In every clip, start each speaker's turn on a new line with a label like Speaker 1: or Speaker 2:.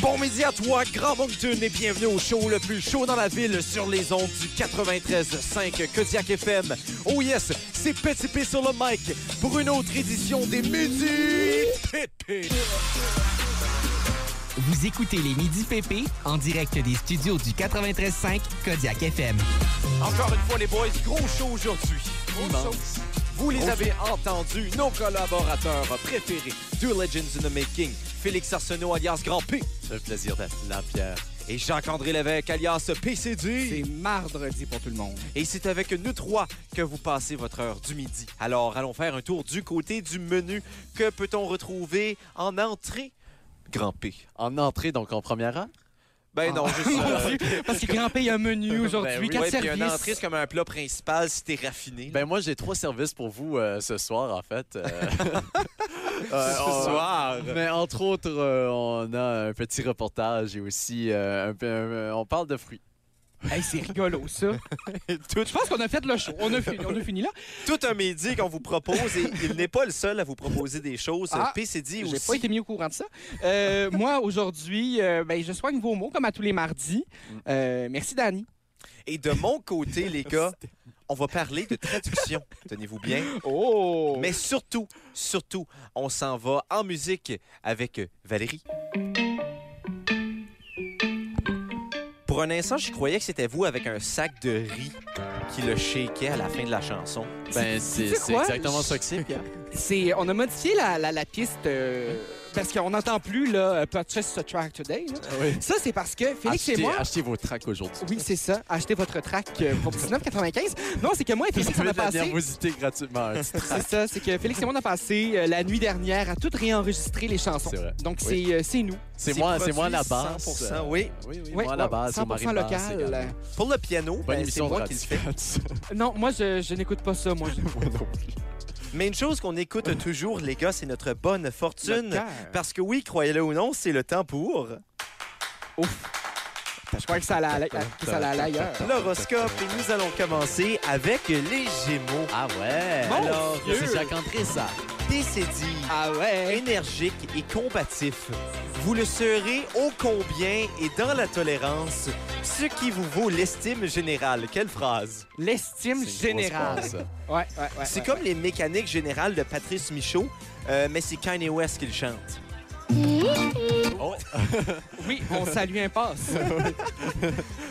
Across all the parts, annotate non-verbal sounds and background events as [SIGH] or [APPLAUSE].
Speaker 1: Bon midi à toi, Grand Moncton, et bienvenue au show le plus chaud dans la ville sur les ondes du 93.5 Kodiak FM. Oh yes, c'est Petit P sur le mic pour une autre édition des Midi Pépé.
Speaker 2: Vous écoutez les Midi PP en direct des studios du 93.5 Kodiak FM.
Speaker 1: Encore une fois, les boys, gros show aujourd'hui. Immense. Vous les avez entendus, nos collaborateurs préférés, Two Legends in the Making, Félix Arsenault alias Grand P, c'est un plaisir d'être là, Pierre, et Jacques-André Lévesque alias PCD.
Speaker 3: C'est mardi pour tout le monde.
Speaker 1: Et c'est avec nous trois que vous passez votre heure du midi. Alors, allons faire un tour du côté du menu. Que peut-on retrouver en entrée? Grand P.
Speaker 4: En entrée, donc en première heure?
Speaker 1: Ben non, juste...
Speaker 3: [LAUGHS]
Speaker 1: euh,
Speaker 3: Parce que Grand P, il y a un menu
Speaker 1: ben
Speaker 3: aujourd'hui,
Speaker 1: oui,
Speaker 3: Ah. quatre
Speaker 1: ouais, puis un
Speaker 3: services.
Speaker 1: entrée, c'est comme un plat principal si t'es raffiné.
Speaker 4: Ben moi, j'ai trois services pour vous euh, ce soir, en fait. Euh, [LAUGHS] euh,
Speaker 1: ce
Speaker 4: on-
Speaker 1: soir.
Speaker 4: Mais entre autres, euh, on a un petit reportage et aussi euh, un peu- un- on parle de fruits.
Speaker 3: Hey, c'est rigolo, ça.
Speaker 1: Tout,
Speaker 3: Je pense qu'on a fait le show. On a fini, on a fini là.
Speaker 1: tout un midi qu'on vous propose, et il n'est pas le seul à vous proposer des choses. Euh,
Speaker 3: Ah,
Speaker 1: PCD
Speaker 3: J'ai
Speaker 1: aussi.
Speaker 3: pas été mis au courant de ça. Euh, moi, aujourd'hui, euh, ben, je soigne vos mots comme à tous les mardis. Euh, merci, Dani.
Speaker 1: Et de mon côté,
Speaker 3: [LAUGHS]
Speaker 1: les gars, on va parler de traduction. Tenez-vous bien.
Speaker 3: Oh!
Speaker 1: Mais surtout, surtout, on s'en va en musique avec Valérie. Pour un instant, je croyais que c'était vous avec un sac de riz qui le shakait à la fin de la chanson.
Speaker 4: Ben c'est
Speaker 3: c'est
Speaker 4: c'est
Speaker 3: quoi?
Speaker 4: exactement ça
Speaker 3: [LAUGHS]
Speaker 4: que c'est, [LAUGHS] Pierre.
Speaker 3: C'est, on a modifié la, la, la piste euh, parce qu'on n'entend plus là, euh, Purchase a Track Today. là. Ça, c'est parce que Félix et
Speaker 4: Achetez,
Speaker 3: moi.
Speaker 4: achetez vos tracks aujourd'hui.
Speaker 3: Oui, c'est ça. Achetez votre track euh, pour 19,95. Non, c'est que moi et Félix,
Speaker 4: Vous
Speaker 3: on
Speaker 4: avez
Speaker 3: a
Speaker 4: de la
Speaker 3: passé.
Speaker 4: nervosité gratuitement. un petit track.
Speaker 3: C'est ça, c'est que Félix et moi, on a passé euh, la nuit dernière à tout réenregistrer les chansons.
Speaker 4: C'est vrai.
Speaker 3: Donc,
Speaker 4: Oui.
Speaker 3: c'est, euh, c'est nous.
Speaker 4: C'est moi, c'est moi à la
Speaker 1: base.
Speaker 4: base.
Speaker 1: 100%,
Speaker 4: euh,
Speaker 1: oui.
Speaker 4: Oui, oui,
Speaker 3: Ouais,
Speaker 4: moi à la
Speaker 3: ouais,
Speaker 4: base. c'est
Speaker 3: 100%
Speaker 4: Marie-Basse
Speaker 3: local.
Speaker 4: également.
Speaker 3: euh,
Speaker 1: Pour le piano,
Speaker 4: Bonne
Speaker 1: ben, c'est
Speaker 4: émission de
Speaker 1: moi qui le fais.
Speaker 4: [LAUGHS]
Speaker 3: non, moi, je, je n'écoute pas ça, moi. je-
Speaker 1: Mais une chose qu'on écoute toujours, les gars, c'est notre bonne
Speaker 3: Le
Speaker 1: fortune.
Speaker 3: cœur.
Speaker 1: Parce que oui, croyez-le ou non, c'est le temps pour
Speaker 3: Je crois que ça allait, à- que ça allait aller ailleurs.
Speaker 1: l'horoscope. Et nous allons commencer avec les Gémeaux.
Speaker 4: Ah ouais!
Speaker 3: Mon
Speaker 4: Alors,
Speaker 3: Dieu.
Speaker 4: c'est Jacques-André, ça.
Speaker 1: Décédie.
Speaker 3: Ah ouais?
Speaker 1: énergique et combatif. Vous le serez ô combien et dans la tolérance, ce qui vous vaut l'estime générale. Quelle phrase!
Speaker 3: L'estime
Speaker 4: C'est une grosse
Speaker 3: générale.
Speaker 4: phrase, ça.
Speaker 3: Ouais, ouais, ouais.
Speaker 1: c'est
Speaker 3: ouais.
Speaker 1: comme les mécaniques générales de Patrice Michaud, euh, mais c'est Kanye West qui le chante.
Speaker 3: Oui, on salue un passe.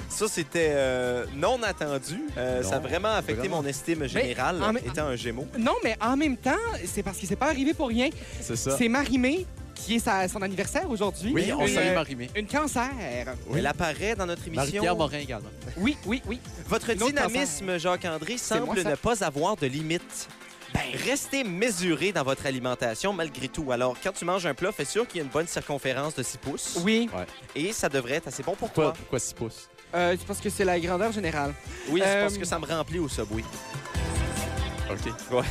Speaker 1: Ça, c'était euh, non attendu. Euh,
Speaker 4: Non,
Speaker 1: ça a vraiment affecté
Speaker 4: vraiment.
Speaker 1: mon estime générale
Speaker 3: en même-
Speaker 1: étant un gémeau.
Speaker 3: [LAUGHS] Non, mais en même temps, c'est parce qu'il s'est pas arrivé pour rien.
Speaker 4: [LAUGHS] C'est ça.
Speaker 3: C'est Marimé qui est sa- son anniversaire aujourd'hui.
Speaker 4: Oui, on
Speaker 3: Une- euh,
Speaker 4: salue Marie-Mé.
Speaker 3: Une cancer.
Speaker 4: Oui.
Speaker 1: Elle apparaît dans notre émission.
Speaker 4: Marie-Pierre Morin également.
Speaker 3: Oui, oui, oui.
Speaker 1: Votre
Speaker 3: Une autre
Speaker 1: dynamisme, Jacques-André, semble
Speaker 3: moi, ça.
Speaker 1: ne pas avoir de limite. restez mesuré dans votre alimentation malgré tout. Alors, quand tu manges un plat, fais sûr qu'il y a une bonne circonférence de 6 pouces.
Speaker 3: Oui,
Speaker 1: Et ça devrait être assez bon pour
Speaker 4: Pourquoi,
Speaker 1: toi.
Speaker 4: pourquoi 6 pouces?
Speaker 3: euh, c'est parce que c'est la grandeur générale.
Speaker 1: Oui, c'est
Speaker 3: Euh,
Speaker 1: parce que ça me remplit au subway.
Speaker 4: OK.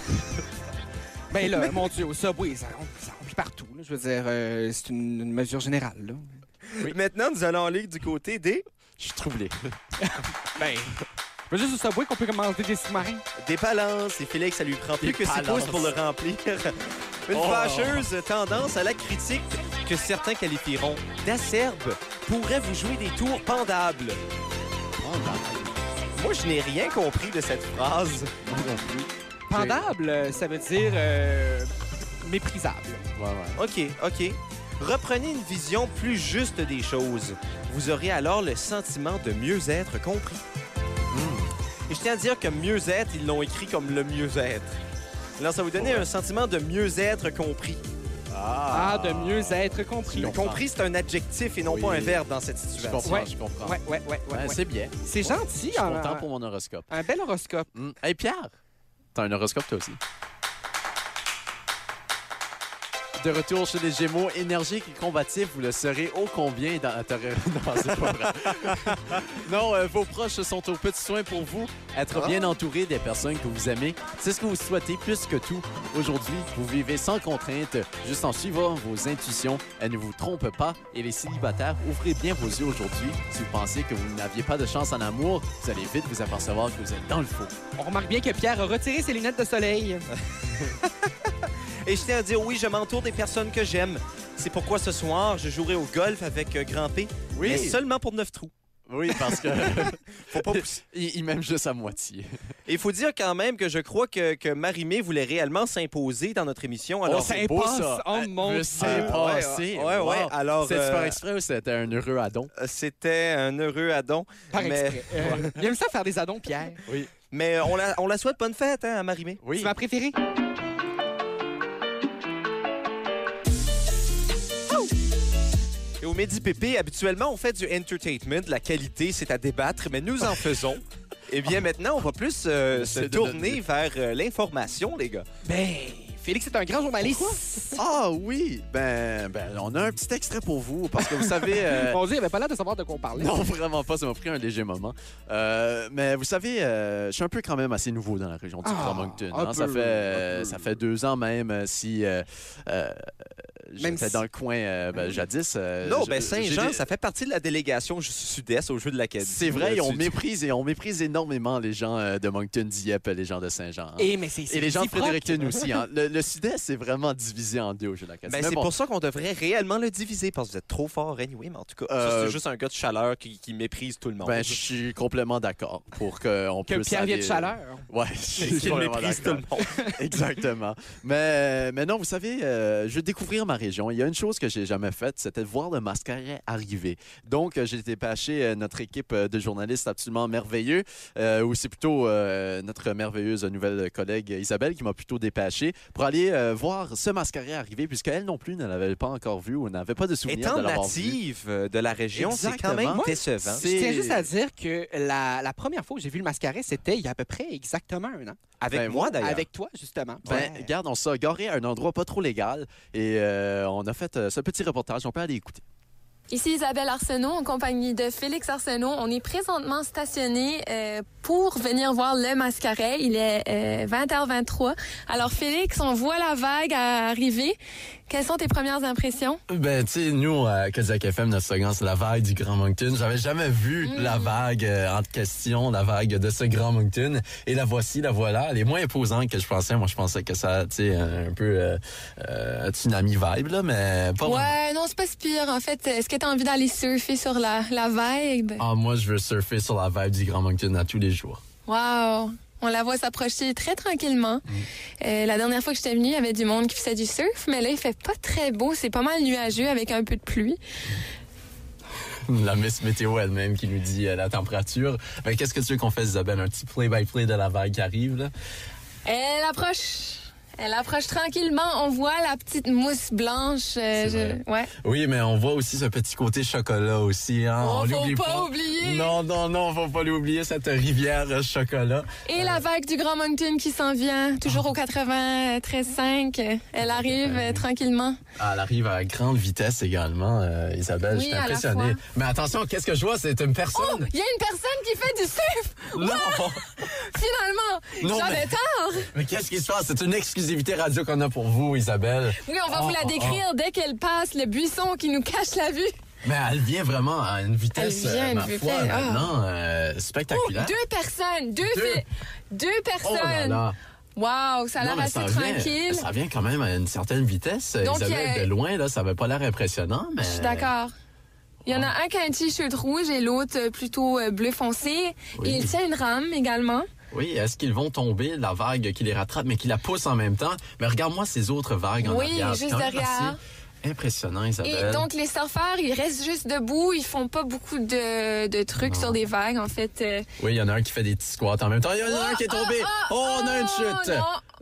Speaker 3: Ben là, mon Dieu, ça, oui, ça remplit ça remplit partout. là. Je veux dire, euh, c'est une, une mesure générale. Là.
Speaker 1: Maintenant, nous allons aller du côté des...
Speaker 4: Je suis troublé.
Speaker 3: Ben, je veux juste au Subway qu'on peut commander des sous-marins.
Speaker 1: des balances. Et Félix, ça lui prend plus
Speaker 4: Des
Speaker 1: que 6
Speaker 4: balances.
Speaker 1: pouces pour le remplir. [LAUGHS] Une
Speaker 4: Oh.
Speaker 1: fâcheuse tendance à la critique que certains qualifieront d'acerbe pourrait vous jouer des tours pendables. Moi, je n'ai rien compris de cette phrase.
Speaker 4: Moi non plus.
Speaker 3: Pendable, euh, ça veut dire euh, méprisable.
Speaker 4: Ouais, ouais.
Speaker 1: OK, OK. Reprenez une vision plus juste des choses. Vous aurez alors le sentiment de mieux être compris.
Speaker 4: Hmm.
Speaker 1: Et je tiens à dire que mieux être, ils l'ont écrit comme le mieux être. Alors, ça vous donnait un sentiment de mieux être compris.
Speaker 3: Ah, de mieux être compris.
Speaker 4: Je
Speaker 1: Le compris, c'est un adjectif et non
Speaker 4: Oui.
Speaker 1: pas un verbe dans cette
Speaker 4: Je
Speaker 1: situation.
Speaker 4: comprends,
Speaker 3: Ouais.
Speaker 4: je comprends.
Speaker 3: Ouais, ouais, ouais. ouais,
Speaker 4: Ben,
Speaker 3: ouais.
Speaker 4: C'est bien.
Speaker 3: C'est gentil,
Speaker 4: Je suis
Speaker 3: hein,
Speaker 4: content
Speaker 3: un,
Speaker 4: pour mon horoscope.
Speaker 3: un bel horoscope.
Speaker 4: Hum. Hey, Pierre! T'as un horoscope, toi aussi. De retour chez les Gémeaux, énergique et combatif, vous le serez ô combien dans... Attends, [LAUGHS] non, c'est pas vrai. non, euh, vos proches sont aux petits soins pour vous. Être
Speaker 1: Ah.
Speaker 4: bien entouré des personnes que vous aimez, c'est ce que vous souhaitez plus que tout. Aujourd'hui, vous vivez sans contrainte, juste en suivant vos intuitions. Elles ne vous trompent pas. Et les célibataires, ouvrez bien vos yeux aujourd'hui. Si vous pensez que vous n'aviez pas de chance en amour, vous allez vite vous apercevoir que vous êtes dans le faux.
Speaker 3: On remarque bien que Pierre a retiré ses
Speaker 4: Euh,
Speaker 3: lunettes de soleil.
Speaker 1: Et je tiens à dire, oui, je m'entoure des personnes que j'aime. C'est pourquoi ce soir, je jouerai au golf avec euh, Grand P, mais seulement pour 9 trous.
Speaker 4: Oui, parce que
Speaker 1: Faut pas pousser.
Speaker 4: il, il m'aime juste à moitié.
Speaker 1: [LAUGHS] Et il faut dire quand même que je crois que, que Marimé voulait réellement s'imposer dans notre émission.
Speaker 3: On
Speaker 1: Alors,
Speaker 4: c'est beau,
Speaker 3: s'impose.
Speaker 4: ça.
Speaker 3: Oh mon
Speaker 4: Je
Speaker 3: Dieu.
Speaker 4: sais
Speaker 1: ouais,
Speaker 4: pas,
Speaker 1: ouais,
Speaker 4: c'est-
Speaker 1: ouais, ouais,
Speaker 4: wow.
Speaker 1: alors,
Speaker 4: C'était
Speaker 1: euh,
Speaker 4: super exprès ou c'était un heureux addon?
Speaker 1: c'était un heureux addon.
Speaker 3: Par
Speaker 1: Mais-
Speaker 3: exprès. Euh, Il aime ça faire des addons, Pierre.
Speaker 1: Mais euh, on la, on la souhaite bonne fête hein, à Marimé.
Speaker 4: Oui.
Speaker 3: C'est ma préférée.
Speaker 1: Et au Midi Pépé, habituellement, on fait du entertainment, de la qualité, c'est à débattre, mais nous en faisons. Eh bien, maintenant, on va plus euh, se
Speaker 4: C'est de
Speaker 1: tourner vers euh, l'information, les gars.
Speaker 3: Ben, Félix est un grand journaliste.
Speaker 4: Ah oui, ben, ben on a un petit extrait pour vous parce que vous savez... euh,
Speaker 3: Mon Dieu, il avait pas l'air de savoir de quoi on parlait.
Speaker 4: Non, vraiment pas. Ça m'a pris un léger moment. Euh, mais vous savez, euh, je suis un peu quand même assez nouveau dans la région du
Speaker 3: Ah,
Speaker 4: Grand-Moncton.
Speaker 3: un
Speaker 4: hein. Ça,
Speaker 3: peu,
Speaker 4: fait,
Speaker 3: un
Speaker 4: euh,
Speaker 3: peu.
Speaker 4: ça fait deux ans même euh, si euh, euh,
Speaker 3: Même
Speaker 4: j'étais
Speaker 3: si-
Speaker 4: dans le coin euh, ben, jadis. euh,
Speaker 1: non,
Speaker 4: je-
Speaker 1: ben Saint-Jean,
Speaker 4: j'ai-
Speaker 1: ça fait partie de la délégation ju- sud-est au jeu de l'Acadie. Euh,
Speaker 4: C'est vrai, et on
Speaker 1: Du- du-
Speaker 4: méprise, et on méprise énormément les gens euh, de Moncton, Dieppe, les gens de Saint-Jean. hein.
Speaker 3: Et Eh, mais c'est c'est
Speaker 4: Et les gens de
Speaker 3: réciproque.
Speaker 4: Fredericton
Speaker 3: [LAUGHS]
Speaker 4: aussi. hein. Le, le Sud-Est c'est vraiment divisé en deux au jeu de la
Speaker 1: Ben, c'est pour ça qu'on devrait réellement le diviser, parce que vous êtes trop fort, anyway, mais en tout cas, ça,
Speaker 4: Euh,
Speaker 1: c'est juste un gars de chaleur qui, qui méprise tout le monde.
Speaker 4: Ben, je suis complètement d'accord pour qu'on
Speaker 3: Que
Speaker 4: puisse
Speaker 3: Pierre vient de
Speaker 4: aller- euh,
Speaker 3: chaleur.
Speaker 4: Ouais, je suis
Speaker 1: qui
Speaker 4: complètement
Speaker 1: méprise tout
Speaker 4: d'accord.
Speaker 1: le monde.
Speaker 4: [LAUGHS] Exactement. Mais, mais non, vous savez, euh, je vais découvrir ma région. Il y a une chose que j'ai jamais faite, c'était de voir le mascaret arriver. Donc, euh, j'ai dépêché euh, notre équipe euh, de journalistes absolument merveilleux, euh, ou c'est plutôt euh, notre merveilleuse nouvelle collègue euh, Isabelle qui m'a plutôt dépêché pour aller euh, voir ce mascaret arriver, puisqu'elle non plus ne l'avait pas encore vu ou n'avait pas de souvenir
Speaker 1: Étant
Speaker 4: de l'avoir vu.
Speaker 1: native euh, de la région, c'est quand
Speaker 4: Exactement.
Speaker 1: même
Speaker 4: Moi,
Speaker 1: décevant.
Speaker 4: c'est-
Speaker 3: Je tiens juste à dire que la, la première fois où j'ai vu le mascaret, c'était il y a à peu près exactement un an.
Speaker 1: Avec
Speaker 4: Ben,
Speaker 1: moi, d'ailleurs.
Speaker 3: Avec toi, justement.
Speaker 4: Ben,
Speaker 3: Ouais.
Speaker 4: garde, on s'est garé à un endroit pas trop légal et euh, on a fait euh, ce petit reportage. On peut aller écouter.
Speaker 5: Ici Isabelle Arsenault en compagnie de Félix Arsenault. On est présentement stationné euh, pour venir voir le mascaret. Il est euh, 20h23. Alors Félix, on voit la vague à- arriver. Quelles sont tes premières impressions?
Speaker 6: Ben, tu sais, nous, à Kodiak FM, notre slogan, c'est la vague du Grand Moncton. J'avais jamais vu
Speaker 5: Mm.
Speaker 6: la vague euh, en question, la vague de ce Grand Moncton. Et la voici, la voilà. Elle est moins imposante que je pensais. Moi, je pensais que ça, tu sais, un peu euh, euh, tsunami vibe, là, mais pas vraiment.
Speaker 5: Ouais, non, c'est pas si pire. En fait, est-ce que tu as envie d'aller surfer sur la, la vibe?
Speaker 6: Ah, moi, je veux surfer sur la vibe du Grand Moncton à tous les jours. [LAUGHS]
Speaker 5: Wow! On la voit s'approcher très
Speaker 6: Mm.
Speaker 5: tranquillement. Euh, la dernière fois que j'étais venue, il y avait du monde qui faisait du surf, mais là, il fait pas très beau. C'est pas mal nuageux avec un peu de pluie.
Speaker 6: la Miss Météo elle-même qui nous dit euh, la température. Ben, qu'est-ce que tu veux qu'on fasse, Isabelle? Un petit play-by-play de la vague qui arrive, là?
Speaker 5: Elle approche. Elle approche tranquillement. On voit la petite mousse blanche.
Speaker 6: C'est
Speaker 5: euh,
Speaker 6: vrai.
Speaker 5: je- Ouais.
Speaker 6: Oui, mais on voit aussi ce petit côté chocolat aussi. Hein?
Speaker 5: Oh,
Speaker 6: on
Speaker 5: faut
Speaker 6: l'oublie
Speaker 5: pas oublier.
Speaker 6: Non, non, non, faut pas l'oublier, cette rivière euh, chocolat.
Speaker 5: Et la vague du Grand Moncton qui s'en vient, toujours au 93.5. euh, Elle arrive euh, tranquillement.
Speaker 6: Ah, Elle arrive à grande vitesse également, euh, Isabelle.
Speaker 5: Oui,
Speaker 6: je suis
Speaker 5: à la
Speaker 6: impressionné.
Speaker 5: fois.
Speaker 6: Mais attention, qu'est-ce que je vois? C'est une
Speaker 5: Oh,
Speaker 6: personne.
Speaker 5: il y a une personne qui fait du surf,
Speaker 6: non!
Speaker 5: finalement.
Speaker 6: Non,
Speaker 5: J'avais
Speaker 6: mais-
Speaker 5: tort.
Speaker 6: [LAUGHS] Mais qu'est-ce qui se passe? C'est une exclusivité radio qu'on a pour vous, Isabelle.
Speaker 5: Oui, on va
Speaker 6: Oh,
Speaker 5: vous la
Speaker 6: oh,
Speaker 5: décrire dès qu'elle passe le buisson qui nous cache la vue.
Speaker 6: Mais elle vient vraiment à une vitesse,
Speaker 5: Elle vient à
Speaker 6: euh,
Speaker 5: une
Speaker 6: ma foi,
Speaker 5: vitesse, ah.
Speaker 6: maintenant, euh,
Speaker 5: Oh,
Speaker 6: spectaculaire.
Speaker 5: deux personnes, deux
Speaker 6: Deux.
Speaker 5: filles, deux
Speaker 6: Oh là
Speaker 5: personnes.
Speaker 6: là!
Speaker 5: Wow, ça a
Speaker 6: Non,
Speaker 5: l'air
Speaker 6: mais
Speaker 5: assez
Speaker 6: ça vient-
Speaker 5: tranquille.
Speaker 6: ça vient quand même à une certaine vitesse.
Speaker 5: Donc,
Speaker 6: Isabelle,
Speaker 5: il y a-
Speaker 6: de loin, là, ça avait pas l'air impressionnant, mais...
Speaker 5: Je suis d'accord. Il y en a un qui a un t-shirt rouge et l'autre euh, plutôt euh, bleu foncé.
Speaker 6: Oui.
Speaker 5: Et il tient une rame également.
Speaker 6: Oui, est-ce qu'ils vont tomber, la vague qui les rattrape, mais qui la pousse en même temps? Mais regarde-moi ces autres vagues en
Speaker 5: Oui,
Speaker 6: arrière. C'est
Speaker 5: juste
Speaker 6: quand même
Speaker 5: derrière.
Speaker 6: assez Impressionnant,
Speaker 5: Et
Speaker 6: Isabelle.
Speaker 5: donc les surfeurs, ils restent juste debout. Ils font pas beaucoup de, de trucs sur des vagues en fait. Euh,
Speaker 6: Oui, il y en a un qui fait des petits squats en même temps. Il y en a un qui est tombé. Oh, on a une chute.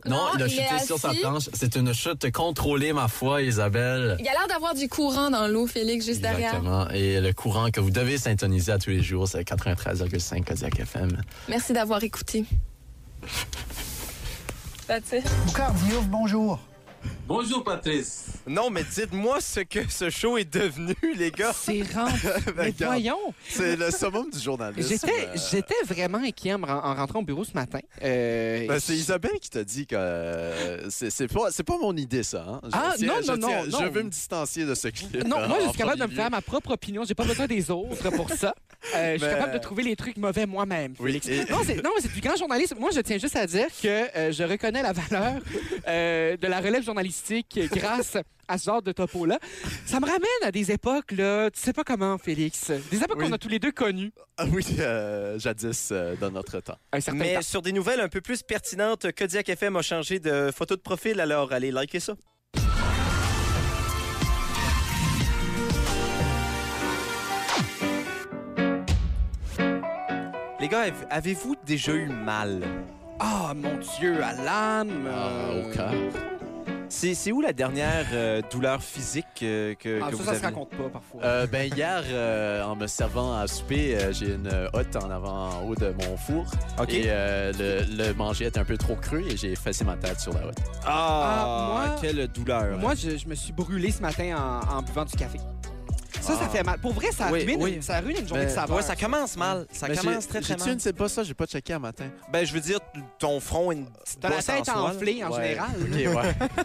Speaker 5: non, non,
Speaker 6: il a
Speaker 5: il
Speaker 6: chuté
Speaker 5: est
Speaker 6: sur sa
Speaker 5: assis.
Speaker 6: planche. C'est une chute contrôlée, ma foi, Isabelle.
Speaker 5: Il y a l'air d'avoir du courant dans l'eau, Félix, juste derrière.
Speaker 6: Exactement. Et le courant que vous devez syntoniser à tous les jours, c'est 93,5 Kodiak FM.
Speaker 5: Merci d'avoir écouté. That's it.
Speaker 7: Bonjour Patrice.
Speaker 1: Non, mais dites-moi ce que ce show est devenu, les gars.
Speaker 3: C'est rendu. [LAUGHS] Mais
Speaker 4: [LAUGHS] regarde.
Speaker 3: voyons.
Speaker 4: C'est le summum du journalisme.
Speaker 3: J'étais,
Speaker 4: euh.
Speaker 3: j'étais vraiment inquiet en, ren- en rentrant au bureau ce matin. Euh,
Speaker 4: Ben, c'est Isabelle qui t'a dit que euh, c'est c'est pas, c'est pas mon idée, ça. hein. Je
Speaker 3: Ah,
Speaker 4: tiens-
Speaker 3: non,
Speaker 4: je
Speaker 3: non,
Speaker 4: tiens-
Speaker 3: non,
Speaker 4: Je
Speaker 3: non.
Speaker 4: veux me distancier de ce clip.
Speaker 3: Non,
Speaker 4: hein,
Speaker 3: moi, je
Speaker 4: en
Speaker 3: suis capable de me
Speaker 4: premier
Speaker 3: faire ma propre opinion. J'ai pas besoin des autres pour ça. Euh, je suis
Speaker 4: Mais-
Speaker 3: capable de trouver les trucs mauvais moi-même.
Speaker 4: lieu. Oui, et-
Speaker 3: Non, c'est, non, mais c'est du grand journalisme. Moi, je tiens juste à dire que euh, je reconnais la valeur euh, de la relève artistique grâce à ce genre de topo-là. Ça me ramène à des époques, là, tu sais pas comment, Félix. Des époques
Speaker 4: Oui.
Speaker 3: qu'on a tous les deux connues.
Speaker 4: Ah [LAUGHS] oui, euh, jadis euh, dans notre temps.
Speaker 3: Un certain
Speaker 1: Mais
Speaker 3: temps.
Speaker 1: sur des nouvelles un peu plus pertinentes, Kodiak FM a changé de photo de profil, alors allez liker ça. Les gars, avez- avez-vous déjà eu mal?
Speaker 3: Ah, mon Dieu, à l'âme.
Speaker 4: Ah,
Speaker 3: euh,
Speaker 4: au cœur.
Speaker 1: C'est c'est où la dernière euh, douleur physique euh, que,
Speaker 3: Ah,
Speaker 1: que
Speaker 3: ça,
Speaker 1: vous
Speaker 3: ça
Speaker 1: avez?
Speaker 3: se raconte pas parfois.
Speaker 4: Euh, ben hier, euh, en me servant à souper, euh, j'ai une hotte en avant, en haut de mon four.
Speaker 1: OK.
Speaker 4: Et euh, le, le manger est un peu trop cru et j'ai fessé ma tête sur la hotte.
Speaker 1: Ah,
Speaker 3: Ah, moi-
Speaker 1: quelle douleur.
Speaker 3: Moi, je, je me suis brûlé ce matin en, en buvant du café. Ça,
Speaker 1: Ah.
Speaker 3: ça fait mal. Pour vrai, ça
Speaker 1: Oui,
Speaker 3: ruine, une-
Speaker 1: oui.
Speaker 3: ça ruine une journée
Speaker 4: Ben,
Speaker 3: de saveur.
Speaker 1: Ouais, ça
Speaker 3: euh,
Speaker 1: commence mal. Ça
Speaker 3: ben,
Speaker 4: Mais
Speaker 1: commence
Speaker 4: j'ai-
Speaker 1: très, très
Speaker 4: j'ai-tu
Speaker 1: mal.
Speaker 4: une- C'est pas ça, j'ai pas checké un matin.
Speaker 1: Ben, je veux dire, ton front est une petite
Speaker 3: T'as la
Speaker 1: bosse
Speaker 3: tête
Speaker 1: en soie,
Speaker 3: enflée en
Speaker 1: Ouais.
Speaker 3: général.
Speaker 4: Ok, [LAUGHS] ouais.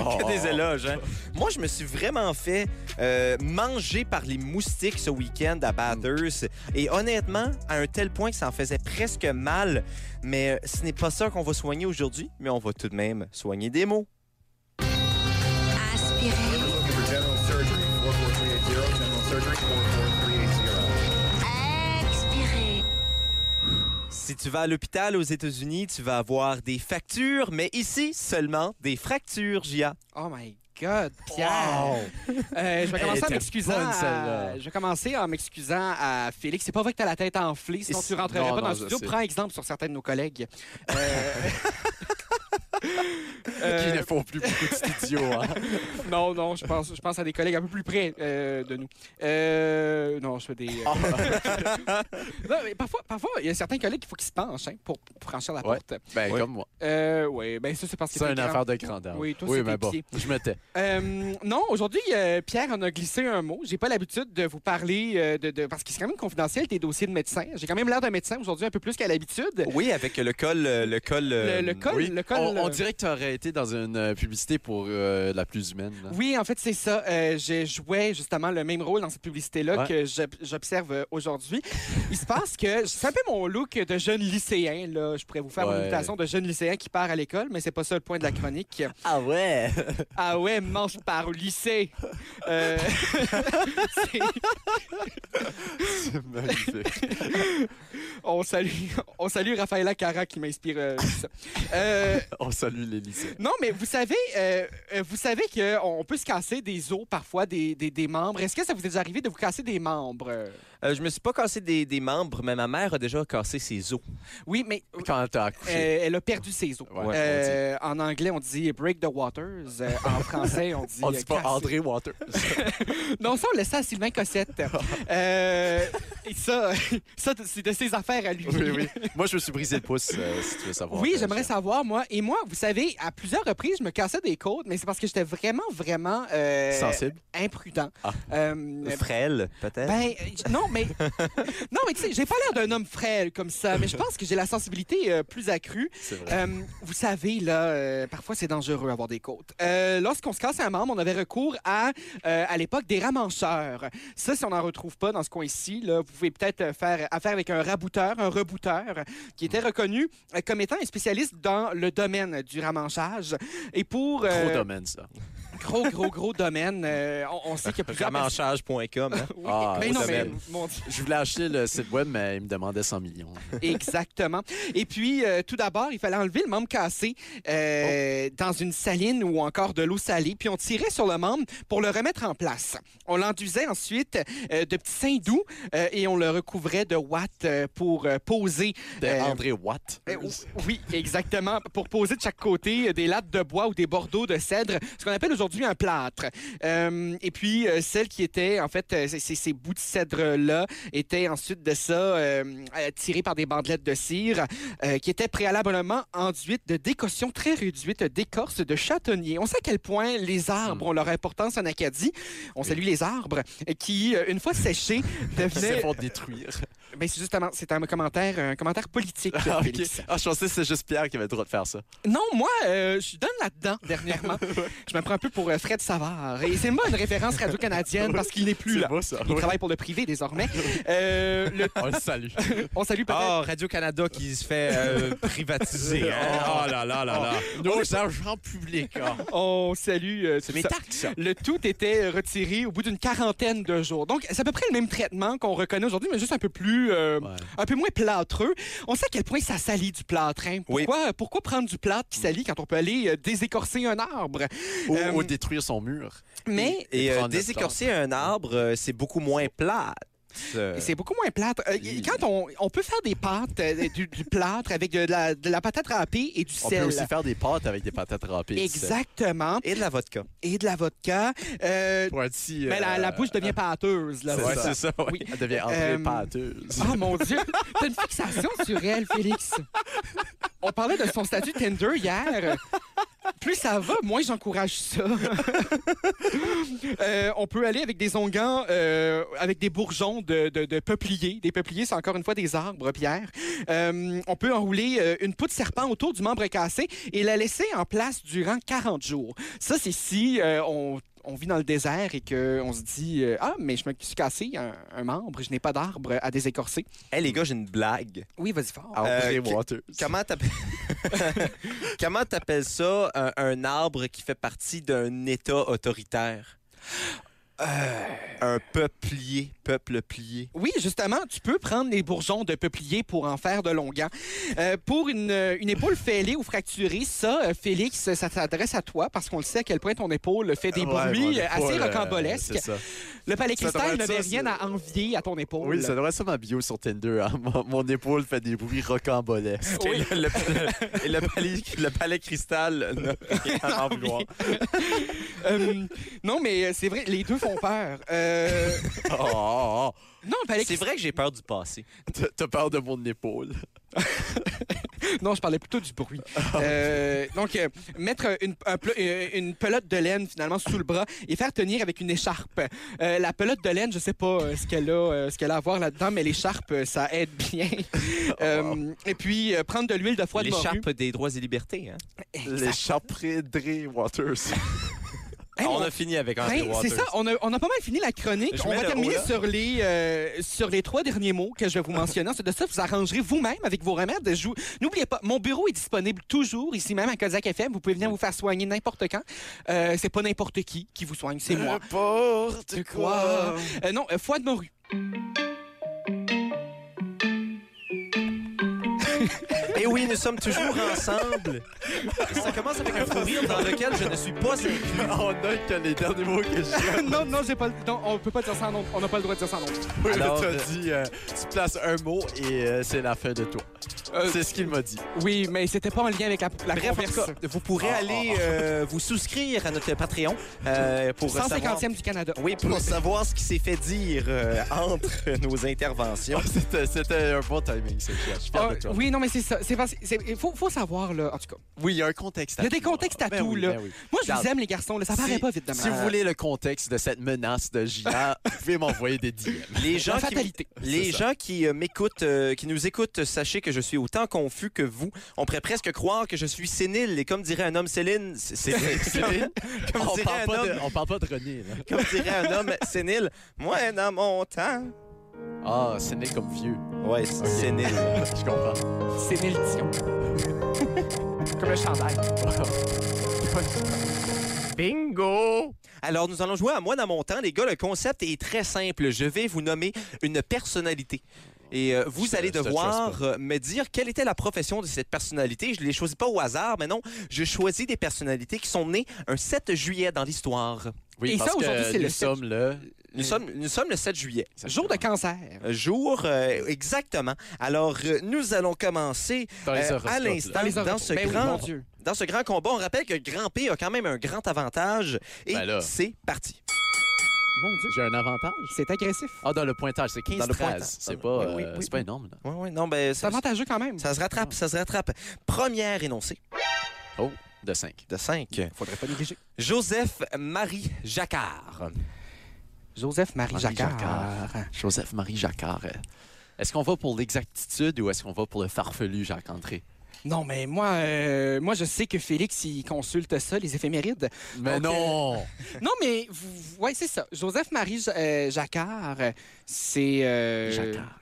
Speaker 4: Oh,
Speaker 1: [LAUGHS] Que des éloges, hein? Moi, je me suis vraiment fait euh, manger par les moustiques ce week-end à Bathurst. Et honnêtement, à un tel point que ça en faisait presque mal. Mais euh, ce n'est pas ça qu'on va soigner aujourd'hui, mais on va tout de même soigner des mots.
Speaker 7: Aspirer,
Speaker 8: Looking for general surgery. 44380, general surgery, 44380.
Speaker 7: expirer,
Speaker 1: Si tu vas à l'hôpital aux États-Unis, tu vas avoir des factures, mais ici, seulement des fractures, Gia.
Speaker 3: Oh my God, Pierre! Euh, je vais commencer en
Speaker 4: était
Speaker 3: m'excusant.
Speaker 4: bonne,
Speaker 3: à-
Speaker 4: celle-là.
Speaker 3: Je vais commencer en m'excusant à Félix. C'est pas vrai que t'as la tête enflée, sinon
Speaker 4: Et
Speaker 3: tu
Speaker 4: si-
Speaker 3: rentrerais
Speaker 4: non,
Speaker 3: pas dans
Speaker 4: non,
Speaker 3: le
Speaker 4: je
Speaker 3: studio.
Speaker 4: sais.
Speaker 3: Prends exemple sur certains de nos
Speaker 4: [LAUGHS]
Speaker 3: collègues. Euh,
Speaker 4: Qui
Speaker 3: [LAUGHS] euh,
Speaker 4: ne font plus beaucoup de studio, hein?
Speaker 3: non, non, je pense, je pense à des collègues un peu plus près euh, de nous. Euh, non, je fais des. euh,
Speaker 4: [LAUGHS]
Speaker 3: non, mais parfois, parfois, il y a certains collègues qu'il faut qu'ils se penchent hein, pour, pour franchir la
Speaker 4: Ouais.
Speaker 3: porte.
Speaker 4: Ben,
Speaker 1: Ouais.
Speaker 4: comme moi.
Speaker 3: Euh, oui, ben ça, c'est parce que
Speaker 4: C'est
Speaker 3: t'es
Speaker 4: une
Speaker 3: grand.
Speaker 4: affaire de grandeur.
Speaker 3: Oui, toi,
Speaker 4: oui
Speaker 3: c'est
Speaker 4: mais
Speaker 3: tes
Speaker 4: bon,
Speaker 3: pieds.
Speaker 4: je
Speaker 3: [LAUGHS]
Speaker 4: me tais.
Speaker 3: Euh, non, aujourd'hui, euh, Pierre en a glissé un mot. J'ai pas l'habitude de vous parler euh, de, de- parce que c'est quand même confidentiel tes dossiers de médecin. J'ai quand même l'air d'un médecin aujourd'hui un peu plus qu'à l'habitude.
Speaker 1: Oui, avec le col. euh, Le col. euh,
Speaker 3: Le, le col,
Speaker 4: Oui,
Speaker 3: le col.
Speaker 4: on, on
Speaker 3: euh,
Speaker 4: dirait que tu aurais été dans une euh, publicité pour euh, la plus humaine. là.
Speaker 3: Oui, en fait, c'est ça. Euh, je jouais justement le même rôle dans cette publicité-là
Speaker 4: Ouais.
Speaker 3: que j'ob- j'observe euh, aujourd'hui. Il se passe que [LAUGHS] c'est un peu mon look de jeune lycéen. Là. Je pourrais vous faire
Speaker 4: Ouais.
Speaker 3: une imitation de jeune lycéen qui part à l'école, mais c'est pas ça le point de la chronique.
Speaker 1: Ah ouais!
Speaker 3: Ah ouais, mange par au lycée. Euh, c'est-
Speaker 4: C'est magnifique.
Speaker 3: On salue, on salue Raphaël Cara qui m'inspire euh, ça. Euh,
Speaker 4: [LAUGHS] on salue les lycées.
Speaker 3: non, mais vous savez, euh, euh, vous savez qu'on peut se casser des os parfois, des, des- des membres. Est-ce que ça vous est déjà arrivé de vous casser des membres? Euh,
Speaker 1: Euh, je me suis pas cassé des, des membres, mais ma mère a déjà cassé ses os.
Speaker 3: Oui, mais
Speaker 4: Quand t'as accouché.
Speaker 3: euh, elle a perdu ses os.
Speaker 4: Ouais, on
Speaker 3: Euh, en anglais, on dit break the waters. Euh, en français, on dit.
Speaker 4: [LAUGHS] on
Speaker 3: euh,
Speaker 4: dit pas
Speaker 3: casser.
Speaker 4: André Water.
Speaker 3: Non, ça, on laisse ça à Sylvain Cossette. Euh, et ça, ça c'est de ses affaires à lui.
Speaker 4: [LAUGHS] oui, oui. Moi, je me suis brisé le pouce, euh, si tu veux savoir.
Speaker 3: Oui,
Speaker 4: Euh,
Speaker 3: j'aimerais savoir, moi. Et moi, vous savez, à plusieurs reprises, je me cassais des côtes, mais c'est parce que j'étais vraiment, vraiment euh,
Speaker 4: Sensible.
Speaker 3: imprudent.
Speaker 4: Ah.
Speaker 3: Euh,
Speaker 1: Frêle, peut-être?
Speaker 3: ben, euh, j- non, mais. [LAUGHS] non, mais tu sais, j'ai pas l'air d'un homme frêle comme ça, mais je pense que j'ai la sensibilité euh, plus accrue.
Speaker 4: C'est vrai.
Speaker 3: Euh, vous savez, là, euh, parfois c'est dangereux avoir des côtes. Euh, Lorsqu'on se casse un membre, on avait recours à, euh, à l'époque, des ramancheurs. Ça, si on n'en retrouve pas dans ce coin-ci, là, vous pouvez peut-être euh, faire affaire avec un rabouteur, un rebouteur, qui
Speaker 4: Mm.
Speaker 3: était reconnu euh, comme étant un spécialiste dans le domaine du ramanchage. Et pour... euh,
Speaker 4: Trop domaine, ça.
Speaker 3: gros, gros, gros domaine. euh, on, on sait qu'il y
Speaker 4: [LAUGHS]
Speaker 3: a plusieurs... personnes-
Speaker 1: Ramanchage.com. hein?
Speaker 3: Oui,
Speaker 4: Ah,
Speaker 3: ben
Speaker 4: gros
Speaker 3: non, mais,
Speaker 4: domaine.
Speaker 3: mon Dieu.
Speaker 4: Je voulais acheter le site web, mais il me demandait
Speaker 3: [LAUGHS]
Speaker 4: 100 millions.
Speaker 3: Exactement. Et puis, euh, tout d'abord, il fallait enlever le membre cassé euh, dans une saline ou encore de l'eau salée, puis on tirait sur le membre pour le remettre en place. On l'enduisait ensuite euh, de petits seins doux euh, et on le recouvrait de watts euh, pour euh, poser.
Speaker 4: C'était
Speaker 3: euh,
Speaker 4: André Watt.
Speaker 3: euh, ou- [LAUGHS] oui, exactement. Pour poser de chaque côté euh, des lattes de bois ou des bordeaux de cèdre, ce qu'on appelle aujourd'hui un plâtre. Euh, et puis, euh, celle qui était, en fait, euh, ces- ces, ces bouts de cèdre-là étaient ensuite de ça euh, euh, tirés par des bandelettes de cire euh, qui étaient préalablement enduites de décoctions très réduites d'écorce de châtaignier. On sait à quel point les
Speaker 4: Hmm.
Speaker 3: arbres ont leur importance en Acadie. On salue les arbres euh, qui, euh, une fois séchés,
Speaker 4: [LAUGHS] Ils se
Speaker 3: devenaient... [LAUGHS]
Speaker 4: font détruire.
Speaker 3: Ben, c'est justement, c'est un commentaire, un commentaire politique.
Speaker 4: Ah, ok.
Speaker 3: Félix.
Speaker 4: Ah, je pensais que c'est juste Pierre qui avait le droit de faire ça.
Speaker 3: Non, moi, euh, je suis donne là-dedans [LAUGHS] dernièrement. Je me prends un peu pour euh, Fred Savard. Et c'est moi une référence radio-canadienne parce qu'il n'est plus là.
Speaker 4: beau, ça.
Speaker 3: Il travaille pour le privé [LAUGHS] désormais. Euh, le-
Speaker 4: On le salue.
Speaker 3: [LAUGHS] On salue peut-être.
Speaker 1: Ah, Radio-Canada qui se fait [LAUGHS] euh, privatiser. hein? Oh là là là là.
Speaker 9: Nos agents publics. ah.
Speaker 3: On salue. euh, tout ça.
Speaker 1: taxes.
Speaker 3: Le tout était euh, retiré au bout d'une quarantaine de jours. Donc, c'est à peu près le même traitement qu'on reconnaît aujourd'hui, mais juste un peu plus, euh, un peu moins plâtreux. On sait à quel point ça salit du plâtre. hein.
Speaker 1: Oui.
Speaker 3: Pourquoi, pourquoi prendre du plâtre qui salit quand on peut aller euh, désécorcer un arbre?
Speaker 4: Ou,
Speaker 3: Euh,
Speaker 4: ou détruire son mur.
Speaker 3: Mais
Speaker 1: Et
Speaker 4: Prendre
Speaker 1: euh,
Speaker 4: notre
Speaker 1: désécorcer un arbre, euh, c'est beaucoup moins plate. Euh,
Speaker 3: C'est beaucoup moins plâtre. Euh, y- quand on, on peut faire des pâtes euh, du, du plâtre avec de la, de la patate râpée et du
Speaker 4: On peut
Speaker 3: sel.
Speaker 4: aussi faire des pâtes avec des patates râpées. tu sais.
Speaker 3: Exactement.
Speaker 1: Et de la vodka.
Speaker 3: Et de la vodka. Euh,
Speaker 4: Pour un petit,
Speaker 3: mais la,
Speaker 4: euh,
Speaker 3: la bouche devient pâteuse. Là,
Speaker 4: Ouais, c'est ça. ouais.
Speaker 3: Oui.
Speaker 4: Elle devient entrée
Speaker 3: Euh,
Speaker 4: pâteuse.
Speaker 3: Ah mon Dieu! T'as une fixation sur elle, Félix. On parlait de son statut Tinder hier. Plus ça va, moins j'encourage ça. Euh, on peut aller avec des onguents, euh, avec des bourgeons de, de- de peupliers. Des peupliers, c'est encore une fois des arbres, Pierre. Euh, on peut enrouler euh, une peau de serpent autour du membre cassé et la laisser en place durant 40 jours. Ça, c'est si euh, on, on vit dans le désert et qu'on se dit euh, Ah, mais je me suis cassé un, un membre, je n'ai pas d'arbre à désécorcer.
Speaker 1: Hé, les gars, j'ai une blague.
Speaker 3: Oui, vas-y fort.
Speaker 4: Entrée
Speaker 1: euh,
Speaker 4: moiteuse.
Speaker 1: Comment t'appelles... [LAUGHS] Comment t'appelles ça un, un arbre qui fait partie d'un État autoritaire? Un peuplier, peuple plié.
Speaker 3: Oui, justement, tu peux prendre les bourgeons de peuplier pour en faire de longuants. Euh, pour une, euh, une épaule fêlée ou fracturée, ça, euh, Félix, ça s'adresse à toi parce qu'on le sait à quel point ton épaule fait des
Speaker 4: Ouais,
Speaker 3: bruits
Speaker 4: ouais,
Speaker 3: euh, assez
Speaker 4: ouais,
Speaker 3: rocambolesques.
Speaker 4: c'est ça.
Speaker 3: le palais
Speaker 4: Ça devrait
Speaker 3: cristal
Speaker 4: être
Speaker 3: n'avait
Speaker 4: ça,
Speaker 3: rien
Speaker 4: c'est-
Speaker 3: à envier à ton épaule.
Speaker 4: Oui, ça devrait être ça ma bio sur Tinder. hein. Mon, mon épaule fait des
Speaker 3: [LAUGHS]
Speaker 4: bruits rocambolesques.
Speaker 1: Et le, le- et le palais, le palais cristal n'a rien à en vouloir.
Speaker 3: Euh, non, mais euh, c'est vrai, les deux font peur. Euh,
Speaker 4: [LAUGHS] Oh, oh, oh.
Speaker 3: non, le palais
Speaker 1: C'est vrai que j'ai peur du passé.
Speaker 4: T'as- T'as peur de mon épaule.
Speaker 3: Non, je parlais plutôt du bruit. Euh, donc, euh, mettre une, un pla- euh, une pelote de laine finalement sous le bras et faire tenir avec une écharpe. Euh, la pelote de laine, je sais pas euh, ce qu'elle a, euh, ce qu'elle a à voir là-dedans, mais l'écharpe, euh, ça aide bien. Euh, Et puis, euh, prendre de l'huile de foie de morue.
Speaker 1: L'écharpe des droits et libertés. Hein?
Speaker 4: Les chapredrés Waters.
Speaker 3: Hey,
Speaker 1: on
Speaker 3: mon-
Speaker 1: a fini avec un
Speaker 3: Ben, c'est ça, on a, on a pas mal fini la chronique.
Speaker 1: Je
Speaker 3: on
Speaker 1: mets
Speaker 3: va
Speaker 1: le
Speaker 3: terminer
Speaker 1: haut, là.
Speaker 3: sur les, euh, sur les trois derniers mots que je vais vous mentionner. Ensuite de ça, vous arrangerez vous-même avec vos remèdes. Je vous- N'oubliez pas, mon bureau est disponible toujours ici même à Kodiak FM. Vous pouvez venir vous faire soigner n'importe quand. Euh, c'est pas n'importe qui qui vous soigne,
Speaker 1: Euh.
Speaker 3: c'est moi.
Speaker 4: N'importe
Speaker 3: quoi. Euh, non, euh, foie de morue.
Speaker 1: [LAUGHS] Et Eh oui, nous sommes toujours ensemble. Ça commence avec un fou rire dans lequel je ne suis pas inclus.
Speaker 4: [LAUGHS] On a que les derniers mots que
Speaker 3: [LAUGHS]
Speaker 4: j'ai.
Speaker 3: non, non, j'ai pas, le- non, on peut pas dire ça en ondes. On n'a pas le droit de dire ça en ondes.
Speaker 1: Alors,
Speaker 4: t'as
Speaker 1: euh,
Speaker 4: dit, euh, tu places un mot et euh, c'est la fin de toi.
Speaker 3: Euh,
Speaker 4: c'est ce qu'il m'a dit.
Speaker 3: Oui, mais c'était pas en lien avec la, la
Speaker 1: Bref, en tout
Speaker 3: converse.
Speaker 1: cas, vous pourrez
Speaker 4: Ah,
Speaker 1: aller euh, vous souscrire à notre Patreon euh, pour savoir...
Speaker 3: 150e du Canada.
Speaker 1: Oui, pour savoir ce qui s'est fait dire euh, entre nos interventions.
Speaker 4: Ah, [LAUGHS] c'était- C'était un bon timing, c'est clair. Je suis fier
Speaker 3: Ah,
Speaker 4: de toi.
Speaker 3: oui, non, mais c'est ça. C'est parce- c'est- Il faut, faut savoir, là, en tout cas.
Speaker 4: Oui, il y a un contexte à
Speaker 3: Il y a des
Speaker 4: tout, hein.
Speaker 3: contextes à
Speaker 4: Ben
Speaker 3: tout,
Speaker 4: oui,
Speaker 3: là.
Speaker 4: ben oui.
Speaker 3: Moi, je vous
Speaker 4: Regarde.
Speaker 3: aime, les garçons. là, ça paraît
Speaker 4: Si-
Speaker 3: pas vite demain.
Speaker 4: Si vous voulez le contexte de cette menace de JA, vous pouvez m'envoyer des DM.
Speaker 1: Les gens
Speaker 3: La
Speaker 1: qui...
Speaker 3: fatalité.
Speaker 1: Les
Speaker 4: C'est ça.
Speaker 1: gens qui euh, m'écoutent, euh, qui nous écoutent, sachez que je suis autant confus que vous. On pourrait presque croire que je suis sénile et comme dirait un homme Céline, c'est
Speaker 4: [LAUGHS]
Speaker 1: c'est-
Speaker 4: Céline,
Speaker 1: comme
Speaker 4: on,
Speaker 1: dirait
Speaker 4: parle
Speaker 1: un
Speaker 4: pas
Speaker 1: homme.
Speaker 4: de, on parle pas de René. là.
Speaker 1: comme dirait un homme sénile, moi dans mon temps.
Speaker 4: Ah, c'est né comme vieux.
Speaker 1: Ouais, c'est sénile.
Speaker 4: [LAUGHS] Je comprends.
Speaker 3: [LAUGHS] C'est Neil Dion. Comme le chandail.
Speaker 1: Bingo! Alors, nous allons jouer à Moi dans mon temps. Les gars, le concept est très simple. Je vais vous nommer une personnalité. Et euh, vous
Speaker 4: Je te-
Speaker 1: allez
Speaker 4: je te
Speaker 1: devoir euh, me dire quelle était la profession de cette personnalité. Je ne les choisis pas au hasard, mais non, je choisis des personnalités qui sont nées un 7 juillet dans l'histoire.
Speaker 4: Oui,
Speaker 3: Et
Speaker 4: parce
Speaker 3: ça, aujourd'hui,
Speaker 4: que
Speaker 3: c'est le sept-
Speaker 4: nous sommes là.
Speaker 1: Nous, sommes, nous sommes le 7 juillet.
Speaker 3: Jour de cancer.
Speaker 1: Euh, Jour, euh, exactement. Alors, euh, nous allons commencer
Speaker 4: Dans les
Speaker 1: euh,
Speaker 4: horoscopes,
Speaker 1: à
Speaker 4: là.
Speaker 1: l'instant
Speaker 3: Dans les
Speaker 1: dans,
Speaker 3: horoscopes.
Speaker 1: ce
Speaker 3: Ben oui,
Speaker 1: grand
Speaker 3: mon Dieu.
Speaker 1: dans ce grand combat. On rappelle que Grand P a quand même un grand avantage. Et
Speaker 4: Ben là.
Speaker 1: c'est parti.
Speaker 3: Mon Dieu.
Speaker 4: J'ai un avantage.
Speaker 3: C'est agressif.
Speaker 4: Ah, dans le pointage, c'est 15
Speaker 1: Dans le
Speaker 4: 13.
Speaker 1: pointage.
Speaker 4: C'est
Speaker 1: Dans
Speaker 4: pas,
Speaker 1: le-
Speaker 4: euh,
Speaker 1: oui, oui, oui,
Speaker 4: c'est pas
Speaker 1: oui.
Speaker 4: énorme. Là.
Speaker 1: Oui, oui, non, ben,
Speaker 3: C'est
Speaker 1: ça,
Speaker 3: avantageux quand même.
Speaker 1: ça se rattrape, ça se rattrape. Première énoncé
Speaker 4: Oh, De 5.
Speaker 1: de 5.
Speaker 3: faudrait pas négliger.
Speaker 1: Joseph-Marie Jacquard.
Speaker 3: Joseph-Marie
Speaker 4: Marie
Speaker 3: Jacquard.
Speaker 4: Jacquard. Joseph-Marie Jacquard. euh, Est-ce qu'on va pour l'exactitude ou est-ce qu'on va pour le farfelu, Jacques-André?
Speaker 2: Non, mais moi, euh, moi, je sais que Félix, il consulte ça, les
Speaker 1: [LAUGHS]
Speaker 2: éphémérides.
Speaker 4: Mais
Speaker 2: Donc,
Speaker 4: non!
Speaker 2: Non, mais, vous- ouais, c'est ça. Joseph-Marie euh, Jacquard, euh, c'est... euh,
Speaker 4: Jacquard.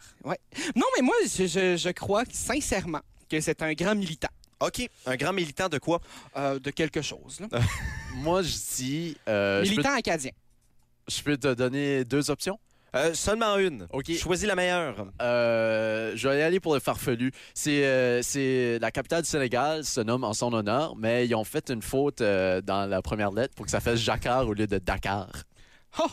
Speaker 2: Non, mais moi, je, je- je crois sincèrement que c'est un grand militant
Speaker 1: OK, un grand militant de quoi?
Speaker 2: euh, de quelque chose. là.
Speaker 4: [LAUGHS] Moi, je dis... euh, je, peux,
Speaker 2: militant acadien.
Speaker 4: je peux te donner deux options.
Speaker 1: Euh, seulement une.
Speaker 4: OK.
Speaker 1: Choisis la meilleure.
Speaker 4: Euh, je vais y aller pour le farfelu. C'est euh, c'est la capitale du Sénégal, se nomme en son honneur, mais ils ont fait une faute euh, dans la première lettre pour que ça fasse Jacquard au lieu de Dakar.
Speaker 2: Oh!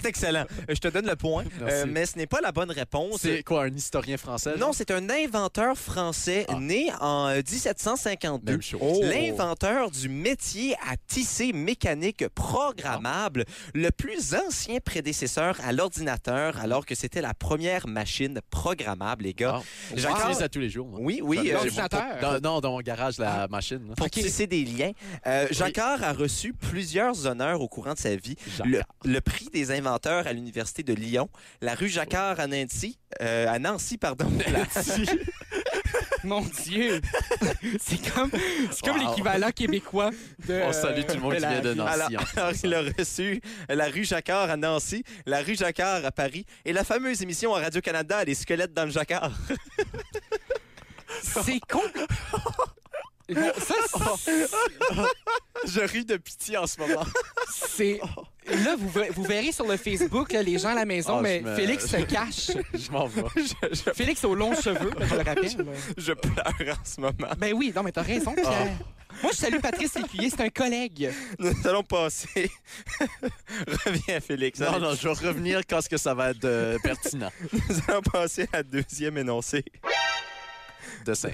Speaker 1: C'est excellent. Euh, Je te donne le point,
Speaker 4: Merci.
Speaker 1: euh, mais ce n'est pas la bonne réponse.
Speaker 4: C'est quoi, un historien français?
Speaker 1: Oh, Non,
Speaker 4: genre?
Speaker 1: c'est un inventeur français
Speaker 4: Ah.
Speaker 1: né en euh, 1752.
Speaker 4: Même chose.
Speaker 1: oh, L'inventeur du métier à tisser mécanique programmable, le plus ancien prédécesseur à l'ordinateur, alors que c'était la première machine programmable, les gars.
Speaker 4: Ah.
Speaker 1: Jacques-
Speaker 4: J'utilise ça tous les jours. moi.
Speaker 1: Oui, oui. euh,
Speaker 4: J'ai
Speaker 1: Ah.
Speaker 4: mon-
Speaker 2: l'ordinateur.
Speaker 4: dans- non, dans mon garage, la machine. là.
Speaker 1: pour tisser des liens. Euh, Jacquard a reçu plusieurs honneurs au courant de sa vie. Le,
Speaker 4: [LAUGHS] Jacquard.
Speaker 1: le prix des inventeurs à l'Université de Lyon, la rue Jacquard à Nancy, euh, à Nancy,
Speaker 4: [LAUGHS]
Speaker 1: pardon, la-
Speaker 2: Mon Dieu! c'est comme, c'est comme
Speaker 4: Wow.
Speaker 2: l'équivalent québécois de...
Speaker 4: Oh, On salue tout le monde
Speaker 2: de
Speaker 4: qui
Speaker 2: la-
Speaker 4: vient de Nancy.
Speaker 1: Alors,
Speaker 4: en fait,
Speaker 1: alors,
Speaker 4: ça.
Speaker 1: il a reçu la rue Jacquard à Nancy, la rue Jacquard à Paris et la fameuse émission à Radio-Canada, Les squelettes dans le Jacquard. [LAUGHS]
Speaker 2: C'est con! ça, c'est-
Speaker 4: je ris de pitié en ce moment.
Speaker 2: c'est... Là, vous, ver- vous verrez sur le Facebook, là, les gens à la maison,
Speaker 4: Ah,
Speaker 2: mais
Speaker 4: je me-
Speaker 2: Félix se cache.
Speaker 4: [LAUGHS] je m'en vais.
Speaker 2: [LAUGHS] Félix aux longs cheveux, là, je le rappelle.
Speaker 1: Je pleure en ce moment.
Speaker 2: Ben oui, non, mais t'as raison, Pierre. Moi, je salue Patrice Lécuyer, c'est un collègue.
Speaker 1: Nous allons passer. [LAUGHS] Reviens, Félix.
Speaker 4: Non, non, je vais revenir quand ce que ça va être euh, pertinent.
Speaker 1: Nous allons passer à la deuxième énoncée.
Speaker 4: De ça.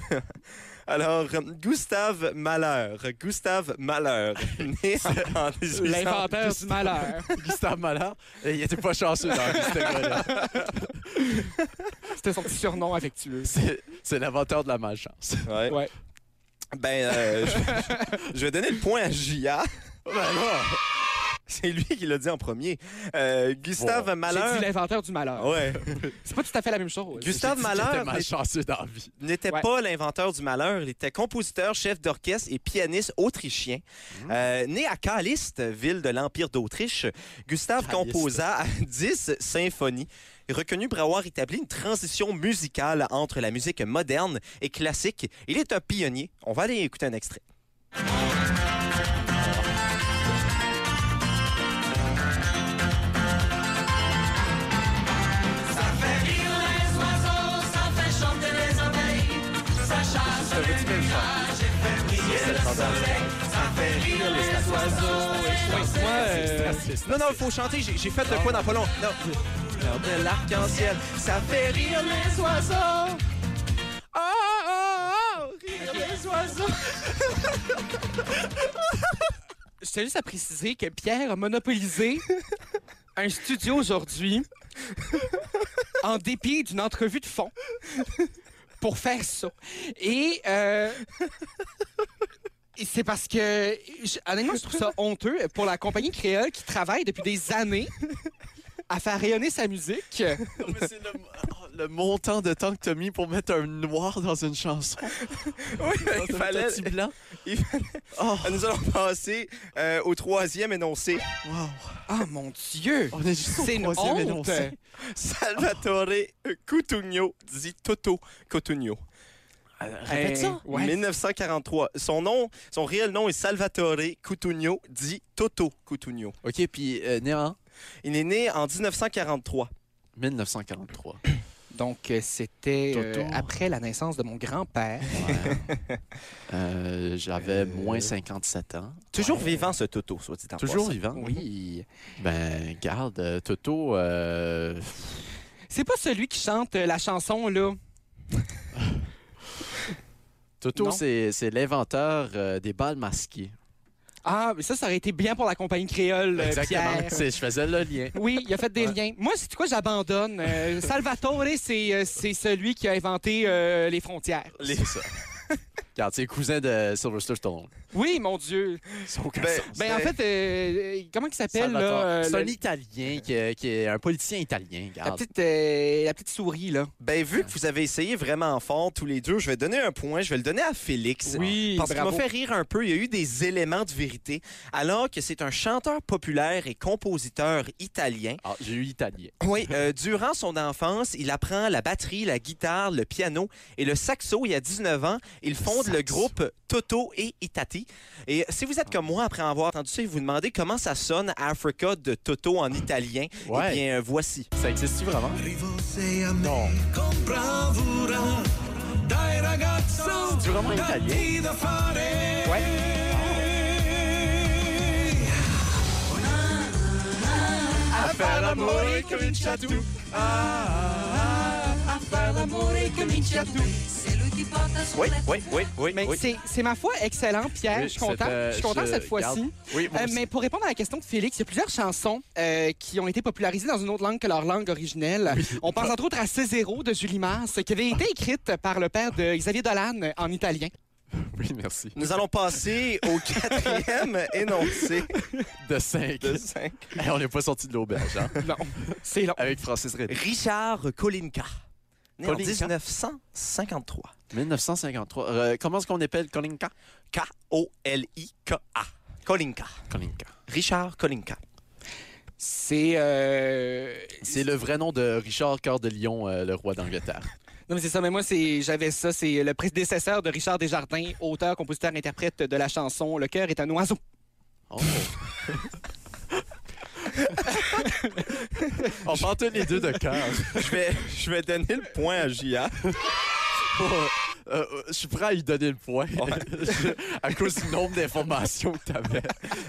Speaker 1: Alors, euh, Gustave Malheur. Gustave Malheur. [LAUGHS] Né en- en 1800.
Speaker 2: L'inventeur du malheur.
Speaker 4: [LAUGHS] Gustave Malard, il était pas chanceux dans la vie, ce gars-là.
Speaker 2: C'était son petit surnom affectueux.
Speaker 4: C'est- C'est l'inventeur de la malchance.
Speaker 1: Ouais.
Speaker 2: Ouais.
Speaker 1: Ben, euh, je, je vais donner le point à J.A.
Speaker 2: Ben
Speaker 1: C'est lui qui l'a dit en premier. Euh, Gustave
Speaker 4: Bon.
Speaker 1: Malheur.
Speaker 2: J'ai dit l'inventeur du malheur. Oh. [LAUGHS]
Speaker 1: Ouais.
Speaker 2: C'est pas tout à fait la même chose.
Speaker 1: Gustave
Speaker 4: C'était
Speaker 1: Malheur n'est-
Speaker 4: malchanceux dans la vie.
Speaker 1: n'était
Speaker 2: Ouais.
Speaker 1: pas l'inventeur du malheur. Il était compositeur, chef d'orchestre et pianiste autrichien. Euh, né à Caliste, ville de l'Empire d'Autriche, Gustave
Speaker 4: Caliste.
Speaker 1: composa [LAUGHS] 10 symphonies. Reconnu pour avoir établi une transition musicale entre la musique moderne et classique, il est un pionnier. On va aller écouter un extrait.
Speaker 2: Moi, euh,
Speaker 1: Non, non, il faut chanter. J'ai j'ai fait de quoi dans pas long. Non. Couleur de l'arc-en-ciel, ça fait rire les oiseaux. Oh, oh, oh, rire les oiseaux.
Speaker 2: je tiens juste à préciser que Pierre a monopolisé un studio aujourd'hui en dépit d'une entrevue de fond pour faire ça. Et, euh, et c'est parce que, je- honnêtement, je trouve ça honteux pour la compagnie créole qui travaille depuis des années à faire rayonner sa musique.
Speaker 4: [LAUGHS] Non, mais c'est le, oh, le montant de temps que t'as mis pour mettre un noir dans une chanson.
Speaker 1: Oui, mais il
Speaker 4: Dans un
Speaker 1: fallait.
Speaker 4: petit blanc.
Speaker 1: il fallait-
Speaker 4: Oh,
Speaker 1: [LAUGHS] Nous allons passer euh, au troisième énoncé.
Speaker 4: wow.
Speaker 2: Oh mon Dieu!
Speaker 4: On est juste au
Speaker 2: C'est une
Speaker 4: troisième
Speaker 2: honte.
Speaker 4: énoncé.
Speaker 1: Salvatore Cutugno, dit Toto Cutugno.
Speaker 2: Répète ça. Eh, Ouais.
Speaker 1: 1943. Son nom, son réel nom est Salvatore Cutugno, dit Toto Cutugno.
Speaker 4: OK, puis euh, né en
Speaker 1: Il est né en 1943.
Speaker 4: 1943.
Speaker 2: Donc, euh, c'était euh,
Speaker 4: Toto.
Speaker 2: après la naissance de mon grand-père.
Speaker 4: [LAUGHS] Euh, J'avais moins 57 ans.
Speaker 1: Toujours vivant, ce Toto, soit dit en
Speaker 4: Toujours
Speaker 1: passant.
Speaker 4: vivant.
Speaker 2: Oui.
Speaker 4: Ben, garde, euh, Toto, euh,
Speaker 2: C'est pas celui qui chante euh, la chanson, là. Non.
Speaker 4: Toto, c'est c'est l'inventeur euh, des balles masquées.
Speaker 2: Ah, mais ça, ça aurait été bien pour la compagnie créole, euh, Pierre.
Speaker 4: [LAUGHS] C'est- Je faisais le lien.
Speaker 2: Oui, il a fait des liens. Moi, c'est quoi, j'abandonne. Euh, Salvatore, c'est euh, c'est celui qui a inventé euh, les frontières.
Speaker 4: [LAUGHS] C'est ça. Regarde, c'est cousin de Sylvester Stallone.
Speaker 2: Oui, mon Dieu.
Speaker 1: Ben,
Speaker 2: Ben, en fait, euh, euh, comment il s'appelle, là? euh,
Speaker 4: Salvatore. C'est un Ah.
Speaker 2: le-
Speaker 4: Italien qui est, qui est un politicien italien,
Speaker 2: la
Speaker 4: regarde.
Speaker 2: petite, euh, la petite souris, là.
Speaker 1: ben, vu que vous avez essayé vraiment fort tous les deux, je vais donner un point. Je vais le donner à Félix.
Speaker 2: Oui,
Speaker 1: Parce qu'il m'a
Speaker 2: bravo.
Speaker 1: fait rire un peu, il y a eu des éléments de vérité, alors que c'est un chanteur populaire et compositeur italien.
Speaker 4: Ah, j'ai eu italien.
Speaker 1: Oui, euh, durant son enfance, il apprend la batterie, la guitare, le piano et le saxo. Il a 19 ans, il fonde le groupe Toto et Itati. Et si vous êtes comme moi, après avoir entendu ça, et vous demandez comment ça sonne Africa de Toto en italien,
Speaker 4: Ouais.
Speaker 1: eh bien, euh, voici.
Speaker 4: Ça existe-tu vraiment? Non. C'est vraiment italien.
Speaker 1: Oui, oui, oui, oui.
Speaker 2: Mais
Speaker 1: oui.
Speaker 2: Ben, c'est- c'est ma foi excellent, Pierre.
Speaker 4: Oui,
Speaker 2: je suis content.
Speaker 4: c'est, euh,
Speaker 2: je suis content
Speaker 4: je-
Speaker 2: cette fois-ci.
Speaker 4: regarde. Oui, moi
Speaker 2: Euh,
Speaker 4: aussi.
Speaker 2: mais pour répondre à la question de Félix, il y a plusieurs chansons euh, qui ont été popularisées dans une autre langue que leur langue originelle. On pense entre autres à Cesero de Julie Mars, qui avait été écrite par le père de Xavier Dolan euh, en italien.
Speaker 4: Oui, merci.
Speaker 1: Nous allons passer au [LAUGHS] quatrième énoncé
Speaker 4: De 5.
Speaker 1: de 5.
Speaker 4: on n'est pas sorti de l'auberge, hein?
Speaker 2: Non, c'est long.
Speaker 4: [LAUGHS] Avec Francis Reddy.
Speaker 1: Richard Kolinka, né en
Speaker 4: Kolinka.
Speaker 1: 1953.
Speaker 4: 1953. Euh, comment est-ce qu'on appelle Kolinka?
Speaker 1: K-O-L-I-K-A. Kolinka.
Speaker 4: Kolinka.
Speaker 1: Richard Kolinka.
Speaker 2: C'est. euh,
Speaker 4: C'est le vrai nom de Richard Cœur de Lion, euh, le roi d'Angleterre.
Speaker 2: Non, mais c'est ça, mais moi, c'est... j'avais ça. C'est le prédécesseur de Richard Desjardins, auteur, compositeur, interprète de la chanson Le cœur est un oiseau.
Speaker 4: [LAUGHS] [LAUGHS] Oh. on parle tous les deux de cœur.
Speaker 1: Je vais, je vais donner le point à J.A.
Speaker 4: Oh, [LAUGHS] euh, euh, je suis prêt à lui donner le point. [LAUGHS] Je- à cause du nombre d'informations que tu [LAUGHS] avais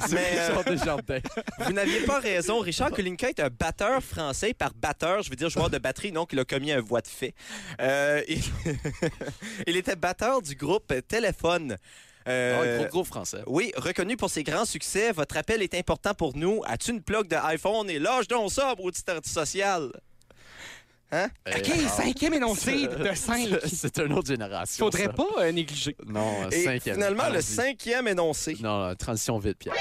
Speaker 4: sur
Speaker 1: Mais, euh,
Speaker 4: Richard Desjardins.
Speaker 1: Vous n'aviez pas raison. Richard Kolinka est un batteur français. Par batteur, je veux dire joueur de batterie, non qu'il a commis un voie de fait. Euh, il... [LAUGHS] il était batteur du groupe Téléphone. Euh,
Speaker 4: Oh, un gros, gros français.
Speaker 1: Oui, reconnu pour ses grands succès, votre appel est important pour nous. As-tu une plug de iPhone et lâche donc ça, abruti antisocial?
Speaker 4: Euh,
Speaker 2: OK, cinquième
Speaker 4: [LAUGHS]
Speaker 2: énoncé de cinq.
Speaker 4: C'est- ah. Euh, C'est une autre génération.
Speaker 2: Faudrait
Speaker 4: ça.
Speaker 2: pas euh, négliger.
Speaker 4: Non, euh,
Speaker 1: Et
Speaker 4: cinquième.
Speaker 1: finalement, le
Speaker 4: Allons-y.
Speaker 1: cinquième énoncé.
Speaker 4: Non, non, transition vite, Pierre.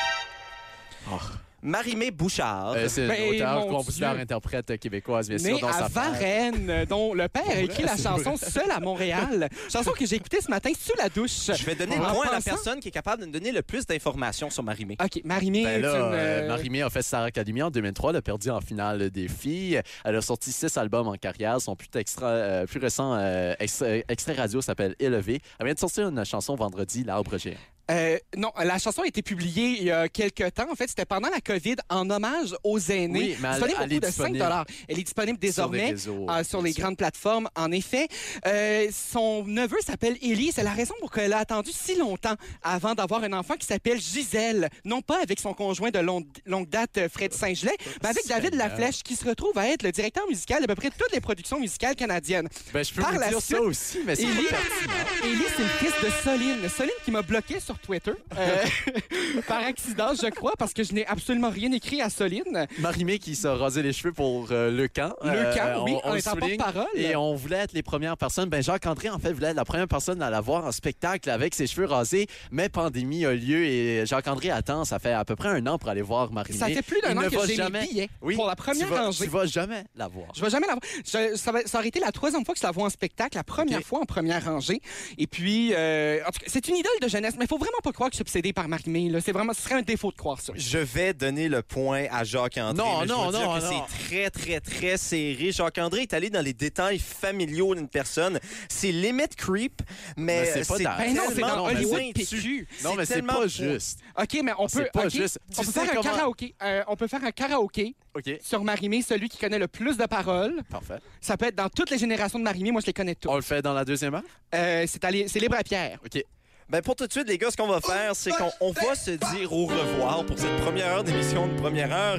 Speaker 1: Marimé Bouchard.
Speaker 4: Euh, c'est
Speaker 2: Ben,
Speaker 4: une auteure,
Speaker 2: mon
Speaker 4: compositeur,
Speaker 2: Dieu.
Speaker 4: interprète euh, québécoise, bien sûr,
Speaker 2: Né
Speaker 4: dans
Speaker 2: à
Speaker 4: sa part.
Speaker 2: Varennes, euh, dont le père a écrit
Speaker 4: [LAUGHS]
Speaker 2: la chanson Seul à Montréal. Chanson que j'ai écoutée ce matin sous la douche.
Speaker 1: Je vais donner le
Speaker 2: En
Speaker 1: point à la
Speaker 2: pensant-
Speaker 1: personne qui est capable de nous donner le plus d'informations sur Marimé.
Speaker 2: OK, Marimé
Speaker 4: Ben là,
Speaker 2: est une,
Speaker 4: euh,
Speaker 2: euh,
Speaker 4: Marie-Mé a fait Sarah Academy en 2003, elle a perdu en finale des filles. Elle a sorti six albums en carrière. Son plus, extra- euh, plus récent euh, ex- euh, extrait radio s'appelle Élevé. Elle vient de sortir une chanson vendredi, L'arbre géant.
Speaker 2: euh, non, la chanson a été publiée il y a quelques temps. En fait, c'était pendant la COVID en hommage aux aînés.
Speaker 4: Oui, mais elle-
Speaker 2: Disponible au
Speaker 4: elle est
Speaker 2: coût de 5
Speaker 4: disponible
Speaker 2: Elle est disponible
Speaker 4: Sur les
Speaker 2: désormais
Speaker 4: réseaux,
Speaker 2: Ah, sur
Speaker 4: bien
Speaker 2: les
Speaker 4: sûr.
Speaker 2: grandes plateformes, en effet. Euh, son neveu s'appelle Ellie. C'est la raison pour qu'elle a attendu si longtemps avant d'avoir un enfant qui s'appelle Gisèle. Non pas avec son conjoint de long- longue date, euh, Fred Saint-Gelais, mais avec David
Speaker 4: Seigneur.
Speaker 2: Laflèche, qui se retrouve à être le directeur musical d'à peu près toutes les productions musicales canadiennes.
Speaker 4: Ben, je peux
Speaker 2: Par
Speaker 4: vous
Speaker 2: la
Speaker 4: dire
Speaker 2: suite,
Speaker 4: ça aussi, mais c'est
Speaker 2: Ellie,
Speaker 4: pas
Speaker 2: Ellie,
Speaker 4: pertinent.
Speaker 2: c'est le fils de Soline. Soline qui m'a bloqué sur Twitter euh, [LAUGHS] par accident, je crois, parce que je n'ai absolument rien écrit à Soline.
Speaker 4: Marie-Mé qui s'est rasé les cheveux pour euh, le camp.
Speaker 2: Le camp, oui,
Speaker 4: on,
Speaker 2: en
Speaker 4: le
Speaker 2: étant
Speaker 4: souligne.
Speaker 2: porte-parole.
Speaker 4: Et on voulait être les premières personnes. Ben, Jacques-André, en fait, voulait être la première personne à la voir en spectacle avec ses cheveux rasés. Mais pandémie a lieu et Jacques-André attend. Ça fait à peu près un an pour aller voir Marie-Mé.
Speaker 2: Ça fait plus
Speaker 4: Il
Speaker 2: d'un
Speaker 4: ne
Speaker 2: an
Speaker 4: va
Speaker 2: que j'ai
Speaker 4: jamais-
Speaker 2: mes billets
Speaker 4: Oui,
Speaker 2: pour la
Speaker 4: Tu
Speaker 2: première
Speaker 4: vas,
Speaker 2: rangée.
Speaker 4: tu vas jamais la voir.
Speaker 2: Je vais jamais la voir. Je- ça, va- ça aurait été la troisième fois que je la vois en spectacle, la première
Speaker 4: Ok.
Speaker 2: fois en première rangée. Et puis, euh, en tout cas, c'est une idole de jeunesse, mais il faut vraiment pas croire que je suis obsédé par Marie-Mé. là. C'est vraiment, ce serait un défaut de croire ça.
Speaker 1: Je vais donner le point à Jacques-André.
Speaker 4: Non,
Speaker 1: mais je
Speaker 4: non,
Speaker 1: dois dire
Speaker 4: non,
Speaker 1: que
Speaker 4: non.
Speaker 1: C'est très, très, très serré. Jacques-André est allé dans les détails familiaux d'une personne. C'est limite creep, mais,
Speaker 4: Mais c'est pas dans-
Speaker 2: Ben non, c'est
Speaker 1: tellement
Speaker 2: dans
Speaker 4: mais
Speaker 2: Hollywood
Speaker 1: pointu.
Speaker 2: PQ.
Speaker 4: Non, mais c'est
Speaker 1: tellement
Speaker 4: pas
Speaker 1: pro-
Speaker 4: juste.
Speaker 2: OK, mais on peut,
Speaker 4: C'est pas
Speaker 2: ok,
Speaker 4: juste.
Speaker 2: on
Speaker 4: Tu
Speaker 2: peut
Speaker 4: sais
Speaker 2: faire un
Speaker 4: comment-
Speaker 2: karaoké. Euh, on peut faire un karaoké
Speaker 4: OK,
Speaker 2: sur Marie-Mé, celui qui connaît le plus de paroles.
Speaker 4: parfait.
Speaker 2: Ça peut être dans toutes les générations de Marie-Mé. Moi, je les connais toutes.
Speaker 4: On le fait dans la deuxième heure?
Speaker 2: Euh, c'est, allé- c'est libre à Pierre.
Speaker 4: OK.
Speaker 1: Ben, pour tout de suite, les gars, ce qu'on va faire, c'est qu'on on va se dire au revoir pour cette première heure d'émission de première heure.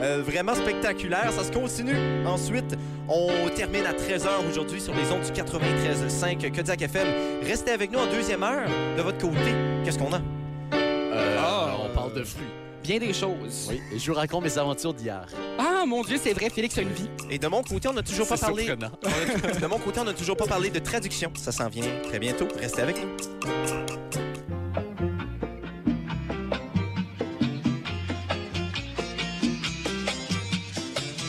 Speaker 1: euh, vraiment spectaculaire. Ça se continue. Ensuite, on termine à 13h aujourd'hui sur les ondes du 93.5 Kodiak FM. Restez avec nous en deuxième heure. De votre côté, qu'est-ce qu'on a?
Speaker 4: Euh,
Speaker 2: Ah.
Speaker 4: on parle de fruits.
Speaker 2: Bien des choses.
Speaker 4: Oui, et je vous raconte mes aventures d'hier.
Speaker 2: Ah, mon Dieu, c'est vrai, Félix a une vie.
Speaker 1: Et de mon côté, on n'a toujours pas
Speaker 4: C'est
Speaker 1: parlé. [LAUGHS]
Speaker 4: surprenant.
Speaker 1: De mon côté, on n'a toujours pas parlé de traduction. Ça s'en vient très bientôt. Restez avec nous.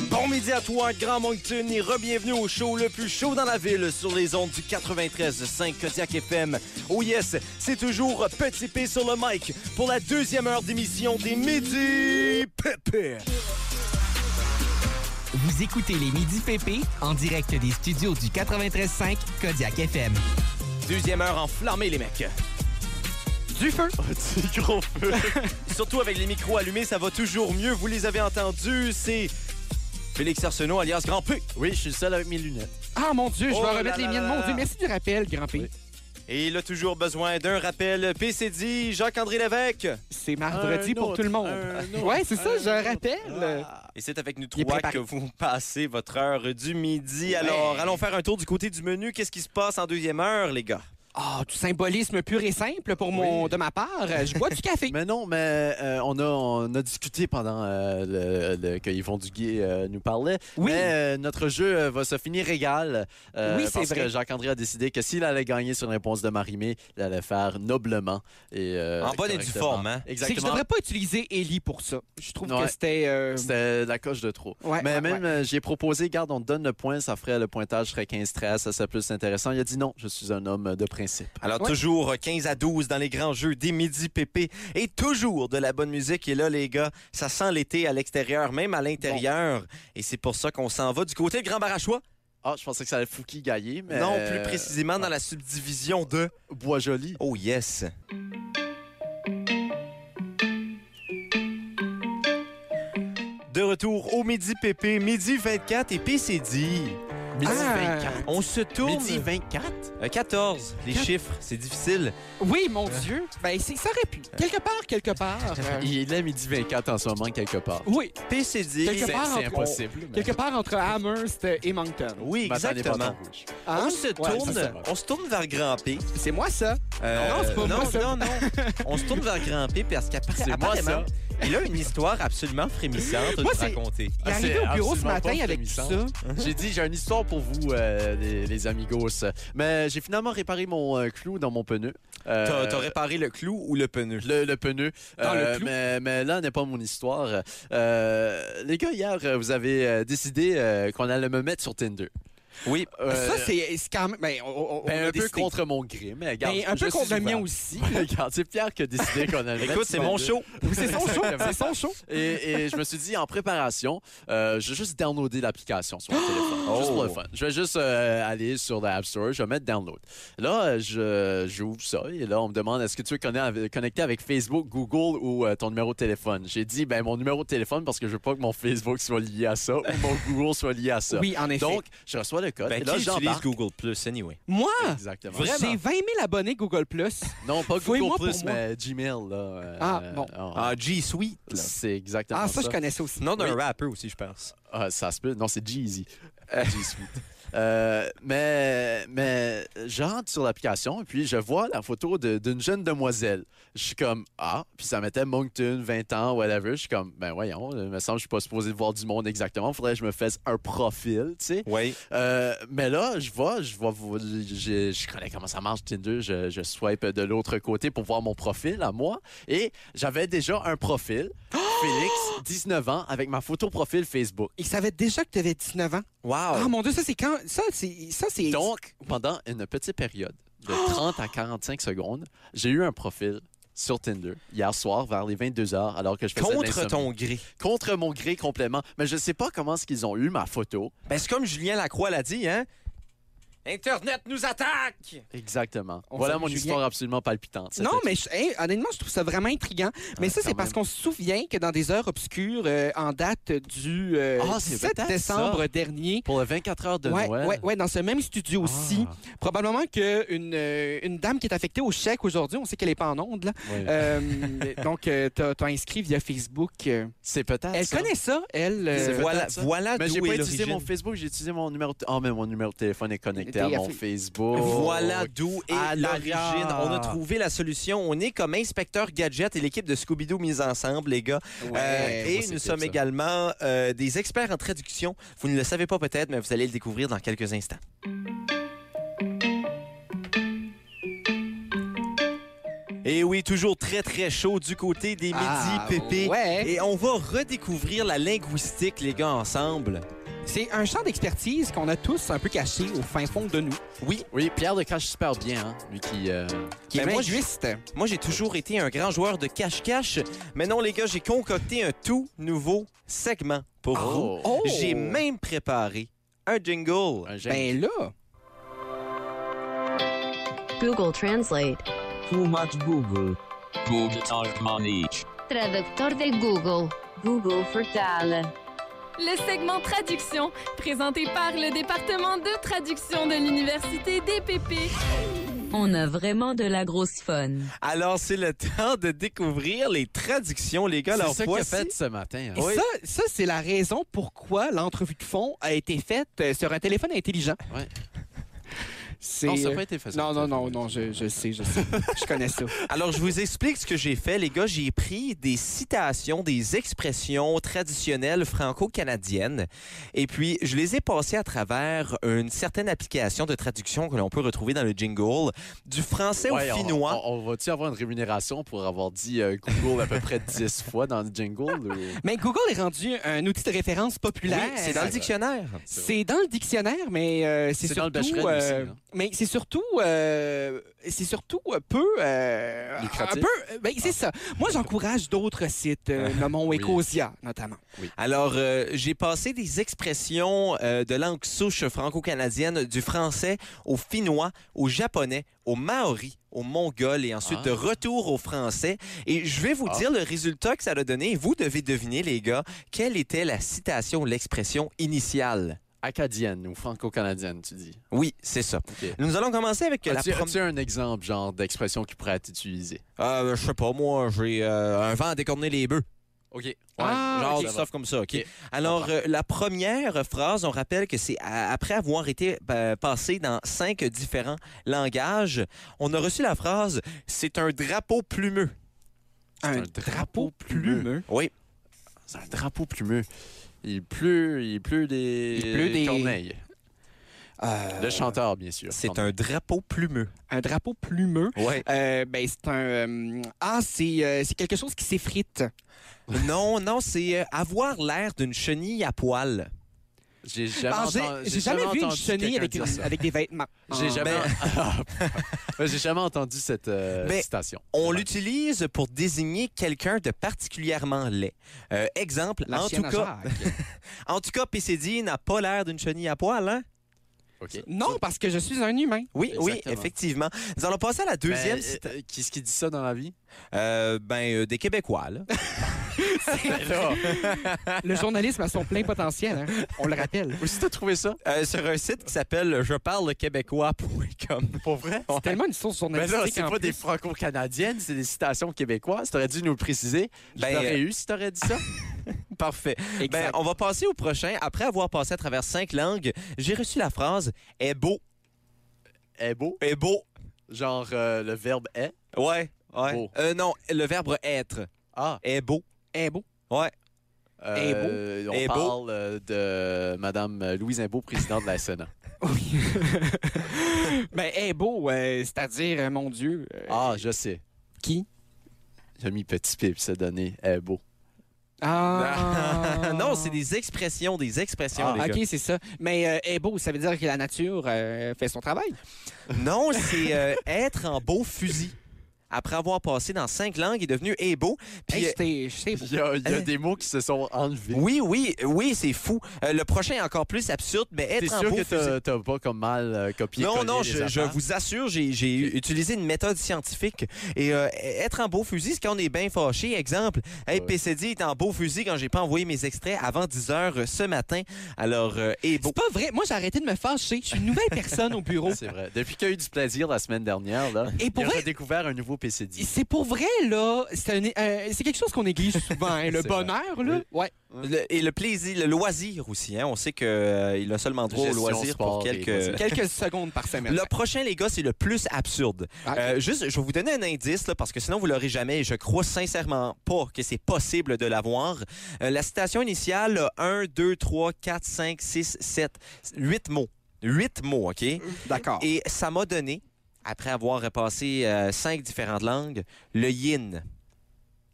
Speaker 1: Bon midi à toi, Grand Moncton, et re-bienvenue au show le plus chaud dans la ville sur les ondes du 93.5 Kodiak FM. Oh yes, c'est toujours Petit P sur le mic pour la deuxième heure d'émission des Midi Pépé.
Speaker 10: Vous écoutez les Midi PP en direct des studios du 93.5 Kodiak FM.
Speaker 1: Deuxième heure enflammée, les mecs.
Speaker 2: Du feu.
Speaker 4: Du gros feu.
Speaker 1: Surtout avec les micros allumés, ça va toujours mieux. Vous les avez entendus, c'est Félix Arsenault alias Grand P.
Speaker 4: Oui, je suis le seul avec mes lunettes.
Speaker 2: Ah mon Dieu, je vais
Speaker 1: Oh
Speaker 2: remettre
Speaker 1: là
Speaker 2: les
Speaker 1: là
Speaker 2: miennes.
Speaker 1: là
Speaker 2: Mon Dieu,
Speaker 1: là.
Speaker 2: merci du rappel, grand P.
Speaker 1: Et il a toujours besoin d'un rappel PCD, Jacques-André Lévesque.
Speaker 2: C'est mardi
Speaker 4: Un
Speaker 2: pour tout le monde.
Speaker 4: autre, un
Speaker 2: Ouais, c'est ça,
Speaker 4: autre,
Speaker 2: je
Speaker 4: un autre.
Speaker 2: rappelle.
Speaker 4: Ah.
Speaker 1: Et c'est avec nous
Speaker 2: Il est
Speaker 1: trois
Speaker 2: préparé.
Speaker 1: que vous passez votre heure du midi. Alors, allons faire un tour du côté du menu. Qu'est-ce qui se passe en deuxième heure, les gars?
Speaker 2: Ah, du symbolisme pur et simple pour mon, de ma part. Je bois du
Speaker 4: [LAUGHS]
Speaker 2: café.
Speaker 4: Mais non, mais euh, on, a, on a discuté pendant euh, le, le- que Yvon Duguay euh, nous parlait.
Speaker 2: Oui.
Speaker 4: Mais euh, notre jeu euh, va se finir égal. euh,
Speaker 2: Oui, c'est
Speaker 4: Parce
Speaker 2: vrai.
Speaker 4: que Jacques-André a décidé que s'il allait gagner sur une réponse de Marimé, il allait faire noblement. Et, euh,
Speaker 1: En bonne et due
Speaker 4: correctement.
Speaker 1: forme, hein?
Speaker 2: C'est que je
Speaker 4: Exactement.
Speaker 2: devrais pas utiliser Ellie pour ça. Je trouve
Speaker 4: Ouais.
Speaker 2: que c'était. euh,
Speaker 4: C'était la coche de trop.
Speaker 2: Ouais,
Speaker 4: mais
Speaker 2: ouais,
Speaker 4: même, euh, j'ai proposé, garde, on te donne le point, ça ferait le pointage, serait 15 13, ça serait plus intéressant. Il a dit non, je suis un homme de principe.
Speaker 1: Alors,
Speaker 2: Ouais.
Speaker 1: toujours 15 à 12 dans les grands jeux des midi pépé et toujours de la bonne musique. Et là, les gars, ça sent l'été à l'extérieur, même à l'intérieur. Et c'est pour ça qu'on s'en va du côté de Grand Barachois.
Speaker 4: Ah, je pensais que ça allait Fouki gagner, mais. euh,
Speaker 1: Non,
Speaker 2: euh,
Speaker 1: plus précisément dans la subdivision de
Speaker 4: Bois joli.
Speaker 1: Oh yes. De retour au midi pépé, midi 24 et PCD.
Speaker 4: Midi
Speaker 2: Ah.
Speaker 4: 24.
Speaker 1: On se tourne.
Speaker 4: Midi 24?
Speaker 1: Euh, 14, les chiffres, c'est difficile.
Speaker 2: Oui, mon Dieu. Ben, c'est- ça aurait pu. Quelque part, quelque part.
Speaker 4: [LAUGHS]
Speaker 2: euh,
Speaker 4: Il est midi 24 en ce moment, quelque part.
Speaker 2: Oui,
Speaker 1: PCD.
Speaker 2: Quelque
Speaker 4: C'est
Speaker 2: part
Speaker 4: c'est
Speaker 2: entre-
Speaker 4: impossible. mais-
Speaker 2: quelque part entre Amherst et Moncton.
Speaker 1: Oui,
Speaker 4: Ma tante est pas
Speaker 1: exactement.
Speaker 4: en rouge.
Speaker 2: Hein?
Speaker 1: On se
Speaker 2: Ouais,
Speaker 1: tourne,
Speaker 2: c'est ça.
Speaker 1: on se tourne vers Grand P.
Speaker 2: C'est moi, ça.
Speaker 1: Euh,
Speaker 2: Non, c'est pas
Speaker 1: non,
Speaker 2: moi, ça.
Speaker 1: non, non. On se tourne vers Grand P parce
Speaker 4: C'est moi,
Speaker 1: qu'apparemment, il a une histoire absolument frémissante à nous
Speaker 2: Moi, c'est-
Speaker 1: raconter.
Speaker 2: Il est
Speaker 4: Ah,
Speaker 2: arrivé
Speaker 4: c'est
Speaker 2: au bureau ce
Speaker 4: absolument
Speaker 2: matin
Speaker 4: pas
Speaker 2: avec ça.
Speaker 4: frémissant. [LAUGHS] J'ai dit, j'ai une histoire pour vous, euh, les, les amigos. Mais j'ai finalement réparé mon euh, clou dans mon pneu. Euh,
Speaker 1: T'as t'as réparé le clou ou le pneu?
Speaker 4: le, le pneu. Euh,
Speaker 2: Dans le clou.
Speaker 4: mais, mais là n'est pas mon histoire. Euh, les gars, hier, euh, vous avez euh, décidé euh, qu'on allait me mettre sur Tinder.
Speaker 1: Oui.
Speaker 4: Euh,
Speaker 2: Ça, c'est c'est quand même. Ben, on- on- on
Speaker 4: ben,
Speaker 2: a
Speaker 4: un peu
Speaker 2: décidé.
Speaker 4: contre mon gré, mais regarde.
Speaker 2: Ben, un
Speaker 4: je
Speaker 2: peu
Speaker 4: suis
Speaker 2: contre le
Speaker 4: ouvert.
Speaker 2: mien aussi.
Speaker 4: [LAUGHS] Regarde, c'est Pierre qui a décidé
Speaker 2: [LAUGHS]
Speaker 4: qu'on allait.
Speaker 1: Écoute, c'est mon show.
Speaker 2: Oui, c'est
Speaker 4: [LAUGHS]
Speaker 2: son show. C'est son show.
Speaker 4: Et, et je me suis dit, en préparation, euh, je vais juste downloader
Speaker 2: [GASPS]
Speaker 4: l'application sur mon téléphone. Juste
Speaker 2: Oh!
Speaker 4: pour le fun. Je vais juste euh, aller sur l'App Store, je vais mettre download. Là, euh, je- j'ouvre ça et là, on me demande est-ce que tu veux conna- avec- connecter avec Facebook, Google ou euh, ton numéro de téléphone J'ai dit, ben mon numéro de téléphone parce que je veux pas que mon Facebook soit lié à ça ou mon Google soit lié à ça.
Speaker 2: Oui, en effet.
Speaker 4: Donc, je reçois le code.
Speaker 1: Ben,
Speaker 4: et là,
Speaker 1: qui utilise
Speaker 4: j'embarque.
Speaker 1: Google Plus, anyway?
Speaker 2: moi,
Speaker 4: Exactement.
Speaker 2: j'ai 20 000 abonnés Google.
Speaker 4: Non, pas
Speaker 2: Fouille-moi
Speaker 4: Google
Speaker 2: pour
Speaker 4: Plus,
Speaker 2: moi.
Speaker 4: mais Gmail. Là, euh,
Speaker 2: Ah, bon.
Speaker 4: euh,
Speaker 1: Ah, G Suite. là.
Speaker 4: c'est exactement
Speaker 2: Ah, ça, je connaissais aussi.
Speaker 1: Non, d'un rappeur aussi, je pense.
Speaker 4: Ah, ça se peut. Non, c'est Jeezy. G Suite. Euh, mais, mais j'entre sur l'application et puis je vois la photo de- d'une jeune demoiselle. Je suis comme, ah, puis ça mettait Moncton, 20 ans, whatever. Je suis comme, ben voyons, il me semble que je suis pas supposé voir du monde exactement. Faudrait que je me fasse un profil, tu sais.
Speaker 1: Oui.
Speaker 4: Euh, mais là, je vois, je vois, je, je connais comment ça marche Tinder. Je, je swipe de l'autre côté pour voir mon profil à moi. Et j'avais déjà un profil, Félix, 19 ans, avec ma photo profil Facebook.
Speaker 2: Il savait déjà que tu avais 19 ans. Ah,
Speaker 1: Wow.
Speaker 2: mon Dieu, ça, c'est quand. Ça, c'est. Ça, c'est.
Speaker 4: Oh. Donc, pendant une petite période de
Speaker 2: Oh!
Speaker 4: 30 à 45 secondes, j'ai eu un profil sur Tinder hier soir vers les 22 heures alors que je faisais de
Speaker 1: Contre
Speaker 4: l'insomnie.
Speaker 1: ton gré.
Speaker 4: contre mon gré complètement mais je sais pas comment ce qu'ils ont eu ma photo
Speaker 1: Ben, c'est comme Julien Lacroix l'a dit, hein? Internet nous attaque!
Speaker 4: exactement
Speaker 2: On
Speaker 4: voilà
Speaker 2: salue
Speaker 4: mon
Speaker 2: Julien.
Speaker 4: histoire absolument palpitante
Speaker 2: Non,
Speaker 4: C'était-
Speaker 2: mais je- hey, honnêtement, je trouve ça vraiment intriguant. Mais
Speaker 4: Ouais,
Speaker 2: ça, c'est
Speaker 4: quand
Speaker 2: parce qu'on se souvient que dans des heures obscures, euh, en date du euh,
Speaker 4: Ah, c'est
Speaker 2: 17
Speaker 4: peut-être
Speaker 2: décembre dernier,
Speaker 4: pour le 24 heures de
Speaker 2: ouais,
Speaker 4: Noël
Speaker 2: ouais, ouais, dans ce même studio aussi, probablement qu'une une dame qui est affectée au chèque aujourd'hui, on sait qu'elle n'est pas en onde, là.
Speaker 4: Ouais.
Speaker 2: Euh, [LAUGHS] donc, euh, t'as t'as inscrit via Facebook. euh.
Speaker 4: C'est peut-être.
Speaker 2: Elle
Speaker 4: ça.
Speaker 2: connaît ça, elle. euh,
Speaker 4: C'est
Speaker 1: Voilà,
Speaker 4: peut-être ça.
Speaker 1: voilà
Speaker 4: Mais j'ai
Speaker 1: d'où
Speaker 4: pas
Speaker 1: est
Speaker 4: utilisé mon
Speaker 1: l'origine.
Speaker 4: Facebook, j'ai utilisé mon numéro. de- Oh, mais mon numéro de téléphone est connecté à
Speaker 2: T'es
Speaker 4: mon
Speaker 2: affi-
Speaker 4: Facebook.
Speaker 1: Oh, Voilà d'où est
Speaker 4: Ah,
Speaker 1: l'origine.
Speaker 4: Laura.
Speaker 1: On a trouvé la solution. On est comme inspecteur gadget et l'équipe de Scooby-Doo mise ensemble, les gars. Euh,
Speaker 4: moi,
Speaker 1: et nous
Speaker 4: c'est cool,
Speaker 1: sommes
Speaker 4: ça.
Speaker 1: également euh, des experts en traduction. Vous ne le savez pas peut-être, mais vous allez le découvrir dans quelques instants. Et oui, toujours très, très chaud du côté des midis
Speaker 2: Ah,
Speaker 1: pépés.
Speaker 2: ouais.
Speaker 1: Et on va redécouvrir la linguistique, les gars, ensemble.
Speaker 2: C'est un champ d'expertise qu'on a tous un peu caché au fin fond de nous.
Speaker 1: Oui,
Speaker 4: Oui, Pierre de cache super bien, hein, lui qui. euh,
Speaker 2: Qui est
Speaker 1: Ben, moi, je-
Speaker 2: linguiste.
Speaker 1: moi, j'ai toujours été un grand joueur de cache-cache. Mais non, les gars, j'ai concocté un tout nouveau segment pour vous.
Speaker 4: Oh!
Speaker 2: Oh!
Speaker 1: J'ai même préparé un jingle.
Speaker 4: Un jeune.
Speaker 2: Ben là,
Speaker 7: Google Translate.
Speaker 11: Too much Google. Good talk money.
Speaker 7: Traducteur de Google. Google Vertalen.
Speaker 5: Le segment traduction, présenté par le département de traduction de l'Université DPP.
Speaker 11: On a vraiment de la grosse fun.
Speaker 1: Alors, c'est le temps de découvrir les traductions, les gars.
Speaker 4: C'est
Speaker 1: Alors,
Speaker 4: ça qu'il a
Speaker 1: voici...
Speaker 4: fait ce matin.
Speaker 2: Et
Speaker 4: hein.
Speaker 2: ça, ça c'est la raison pourquoi l'entrevue de fond a été faite euh, sur un téléphone intelligent.
Speaker 4: Ouais.
Speaker 2: C'est- euh,
Speaker 4: Non, ça n'a pas été fait. ça.
Speaker 2: Non, non, non, non, je, je sais, je sais. je connais ça.
Speaker 1: Alors, je vous explique ce que j'ai fait, les gars. J'ai pris des citations, des expressions traditionnelles franco-canadiennes, et puis je les ai passées à travers une certaine application de traduction que l'on peut retrouver dans le jingle, du français
Speaker 4: Ouais,
Speaker 1: au
Speaker 4: on-
Speaker 1: finnois.
Speaker 4: On, on va-tu avoir une rémunération pour avoir dit euh, Google à peu près 10 [LAUGHS] fois dans le jingle? ou-
Speaker 2: [LAUGHS] Mais Google est rendu un outil de référence
Speaker 1: Oui,
Speaker 2: populaire.
Speaker 1: c'est dans le dictionnaire.
Speaker 2: C'est dans le dictionnaire, mais euh, c'est
Speaker 4: C'est dans le
Speaker 2: surtout.
Speaker 4: Becherel
Speaker 2: euh,
Speaker 4: aussi, là.
Speaker 2: mais c'est surtout, euh, c'est surtout un peu. euh,
Speaker 4: Lucratif.
Speaker 2: Un peu. Ben, c'est ça. Moi, j'encourage d'autres sites, euh, nommons
Speaker 4: Oui.
Speaker 2: Ecosia, notamment.
Speaker 1: Alors, euh, j'ai passé des expressions euh, de langue souche franco-canadienne du français au finnois, au japonais, au maori, au mongol et ensuite
Speaker 4: Ah.
Speaker 1: de retour au français. Et je vais vous
Speaker 4: Ah.
Speaker 1: dire le résultat que ça a donné. Vous devez deviner, les gars, quelle était la citation, l'expression initiale.
Speaker 4: Acadienne ou franco-canadienne, tu dis.
Speaker 1: Oui, c'est ça.
Speaker 4: Ok.
Speaker 1: Nous allons commencer avec euh, la
Speaker 4: As-tu
Speaker 1: première.
Speaker 4: as-tu un exemple, genre, d'expression qui pourrait être utilisée?
Speaker 1: Euh, je sais pas, moi, j'ai euh, un vent à décorner les bœufs.
Speaker 4: OK. Ouais,
Speaker 2: Ah,
Speaker 1: Genre
Speaker 4: genre,
Speaker 1: du
Speaker 4: ça va.
Speaker 1: stuff comme ça, OK?
Speaker 4: Ok.
Speaker 1: Alors,
Speaker 4: Comprends.
Speaker 1: euh, la première phrase, on rappelle que c'est à- après avoir été euh, passé dans cinq différents langages, on a reçu la phrase « c'est un drapeau plumeux
Speaker 2: Un,
Speaker 4: un
Speaker 2: drapeau
Speaker 4: drapeau
Speaker 2: plumeux. ».
Speaker 1: Oui,
Speaker 4: C'est un drapeau plumeux. Il pleut, il pleut des,
Speaker 2: Il pleut des-
Speaker 4: corneilles.
Speaker 2: Euh,
Speaker 4: Le chanteur, bien sûr.
Speaker 1: c'est un
Speaker 4: Corneille.
Speaker 1: drapeau plumeux.
Speaker 2: un drapeau plumeux.
Speaker 1: Ouais.
Speaker 2: Euh, ben, c'est un. euh, ah, c'est euh, c'est quelque chose qui s'effrite.
Speaker 1: [LAUGHS] non, non, c'est euh, avoir l'air d'une chenille à poils
Speaker 4: J'ai jamais,
Speaker 2: Ah, j'ai-
Speaker 4: entendu-
Speaker 2: J'ai jamais vu une
Speaker 4: entendu
Speaker 2: chenille
Speaker 4: quelqu'un
Speaker 2: avec,
Speaker 4: dire
Speaker 2: une-
Speaker 4: ça.
Speaker 2: avec des vêtements.
Speaker 4: J'ai
Speaker 2: Ah.
Speaker 4: jamais... [LAUGHS] Ouais, J'ai jamais entendu cette euh,
Speaker 1: Ben,
Speaker 4: citation.
Speaker 1: On
Speaker 4: Ouais.
Speaker 1: l'utilise pour désigner quelqu'un de particulièrement laid. Euh, exemple,
Speaker 2: La
Speaker 1: en tout,
Speaker 2: chienne à
Speaker 1: cas,
Speaker 2: Jacques.
Speaker 1: en tout cas, PCD n'a pas l'air d'une chenille à poils, hein?
Speaker 4: OK.
Speaker 2: non, parce que je suis un humain.
Speaker 1: Oui, oui,
Speaker 4: Exactement.
Speaker 1: effectivement. Nous allons passer à la deuxième.
Speaker 4: Mais,
Speaker 1: cita-
Speaker 4: euh, euh, qui est-ce qui dit ça dans la [LAUGHS] vie?
Speaker 1: Euh, ben, euh, des Québécois, là.
Speaker 2: Le journalisme a son plein potentiel, hein. on le rappelle.
Speaker 4: Où est-ce que t'as trouvé ça?
Speaker 1: [LAUGHS] Euh, sur un site qui s'appelle je parle québécois.com.
Speaker 4: Pour vrai?
Speaker 2: C'est tellement une source
Speaker 1: Ben
Speaker 4: Mais
Speaker 2: journalistique.
Speaker 4: là, c'est
Speaker 2: en
Speaker 4: pas
Speaker 2: plus.
Speaker 4: des franco-canadiennes, c'est des citations québécoises. T'aurais dû nous le préciser. Je
Speaker 1: Ben,
Speaker 4: l'aurais
Speaker 1: euh,
Speaker 4: eu si t'aurais dit ça.
Speaker 1: [LAUGHS] Parfait. Ben,
Speaker 2: Exact.
Speaker 1: on va passer au prochain. Après avoir passé à travers cinq langues, j'ai reçu la phrase est beau,
Speaker 4: [LAUGHS] est beau.
Speaker 1: est beau.
Speaker 4: Genre, euh, le verbe est.
Speaker 1: Ouais, ouais.
Speaker 4: Beau.
Speaker 1: Euh, non, le verbe être
Speaker 4: Ah,
Speaker 1: est beau.
Speaker 2: Eh, beau.
Speaker 1: Ouais.
Speaker 4: euh, on
Speaker 1: Est beau.
Speaker 4: parle euh, de Madame Louise Imbeau, présidente de la Sénat. [LAUGHS]
Speaker 2: Oui. ben, eh, beau, euh, c'est-à-dire, euh, mon Dieu.
Speaker 1: [LAUGHS]
Speaker 2: euh,
Speaker 4: Ah, je sais.
Speaker 2: qui?
Speaker 4: J'ai mis petit pipe, c'est donné. Est beau.
Speaker 2: Ah.
Speaker 1: [LAUGHS] non, c'est des expressions, des expressions.
Speaker 4: Ah,
Speaker 1: les gars.
Speaker 2: Ok, c'est ça. Mais euh, eh, beau, ça veut dire que la nature euh, fait son travail.
Speaker 1: Non, c'est euh, être en beau fusil. Après avoir passé dans cinq langues, il est devenu est beau. Puis,
Speaker 2: Hey,
Speaker 1: euh,
Speaker 2: c'était- c'était beau.
Speaker 4: Il y a, il y a des mots qui se sont enlevés.
Speaker 1: oui, oui, oui, c'est fou. Euh, le prochain est encore plus absurde, mais
Speaker 4: T'es
Speaker 1: être en
Speaker 4: sûr
Speaker 1: beau
Speaker 4: que
Speaker 1: fusil.
Speaker 4: t'as- t'as pas comme mal euh, copié
Speaker 1: Non, non, je, je vous assure, j'ai j'ai utilisé une méthode scientifique. Et euh, être en beau fusil, c'est quand on est bien fâché. Exemple, hey,
Speaker 4: Ouais.
Speaker 1: PCD est en beau fusil quand j'ai pas envoyé mes extraits avant 10 heures euh, ce matin. Alors, euh, et beau.
Speaker 2: C'est pas vrai. Moi, j'ai arrêté de me fâcher. Je suis une nouvelle personne
Speaker 1: [LAUGHS]
Speaker 2: au bureau.
Speaker 4: C'est vrai. Depuis qu'il y a eu du plaisir la semaine dernière, là,
Speaker 2: Et pour
Speaker 4: il a
Speaker 2: vrai-
Speaker 4: redécouvert un nouveau PCD.
Speaker 2: C'est pour vrai, là. C'est un- euh, c'est quelque chose qu'on néglige souvent, hein, le
Speaker 4: C'est
Speaker 2: bonheur, là. Ouais.
Speaker 1: Le- et le plaisir, le loisir aussi. Hein. On sait qu'il a seulement droit
Speaker 4: Gestion,
Speaker 1: au loisir
Speaker 4: sport
Speaker 1: pour
Speaker 4: et loisirs.
Speaker 1: quelques...
Speaker 2: Quelques secondes par semaine.
Speaker 1: Le prochain, les gars, c'est le plus absurde.
Speaker 2: Ah, ok.
Speaker 1: Euh, juste, je vais vous donner un indice, là, parce que sinon, vous l'aurez jamais. Et je crois sincèrement pas que c'est possible de l'avoir. Euh, la citation initiale, 1, 2, 3, 4, 5, 6, 7, 8 mots. 8 mots, OK?
Speaker 2: D'accord.
Speaker 1: Et ça m'a donné après avoir repassé euh, cinq différentes langues, le yin,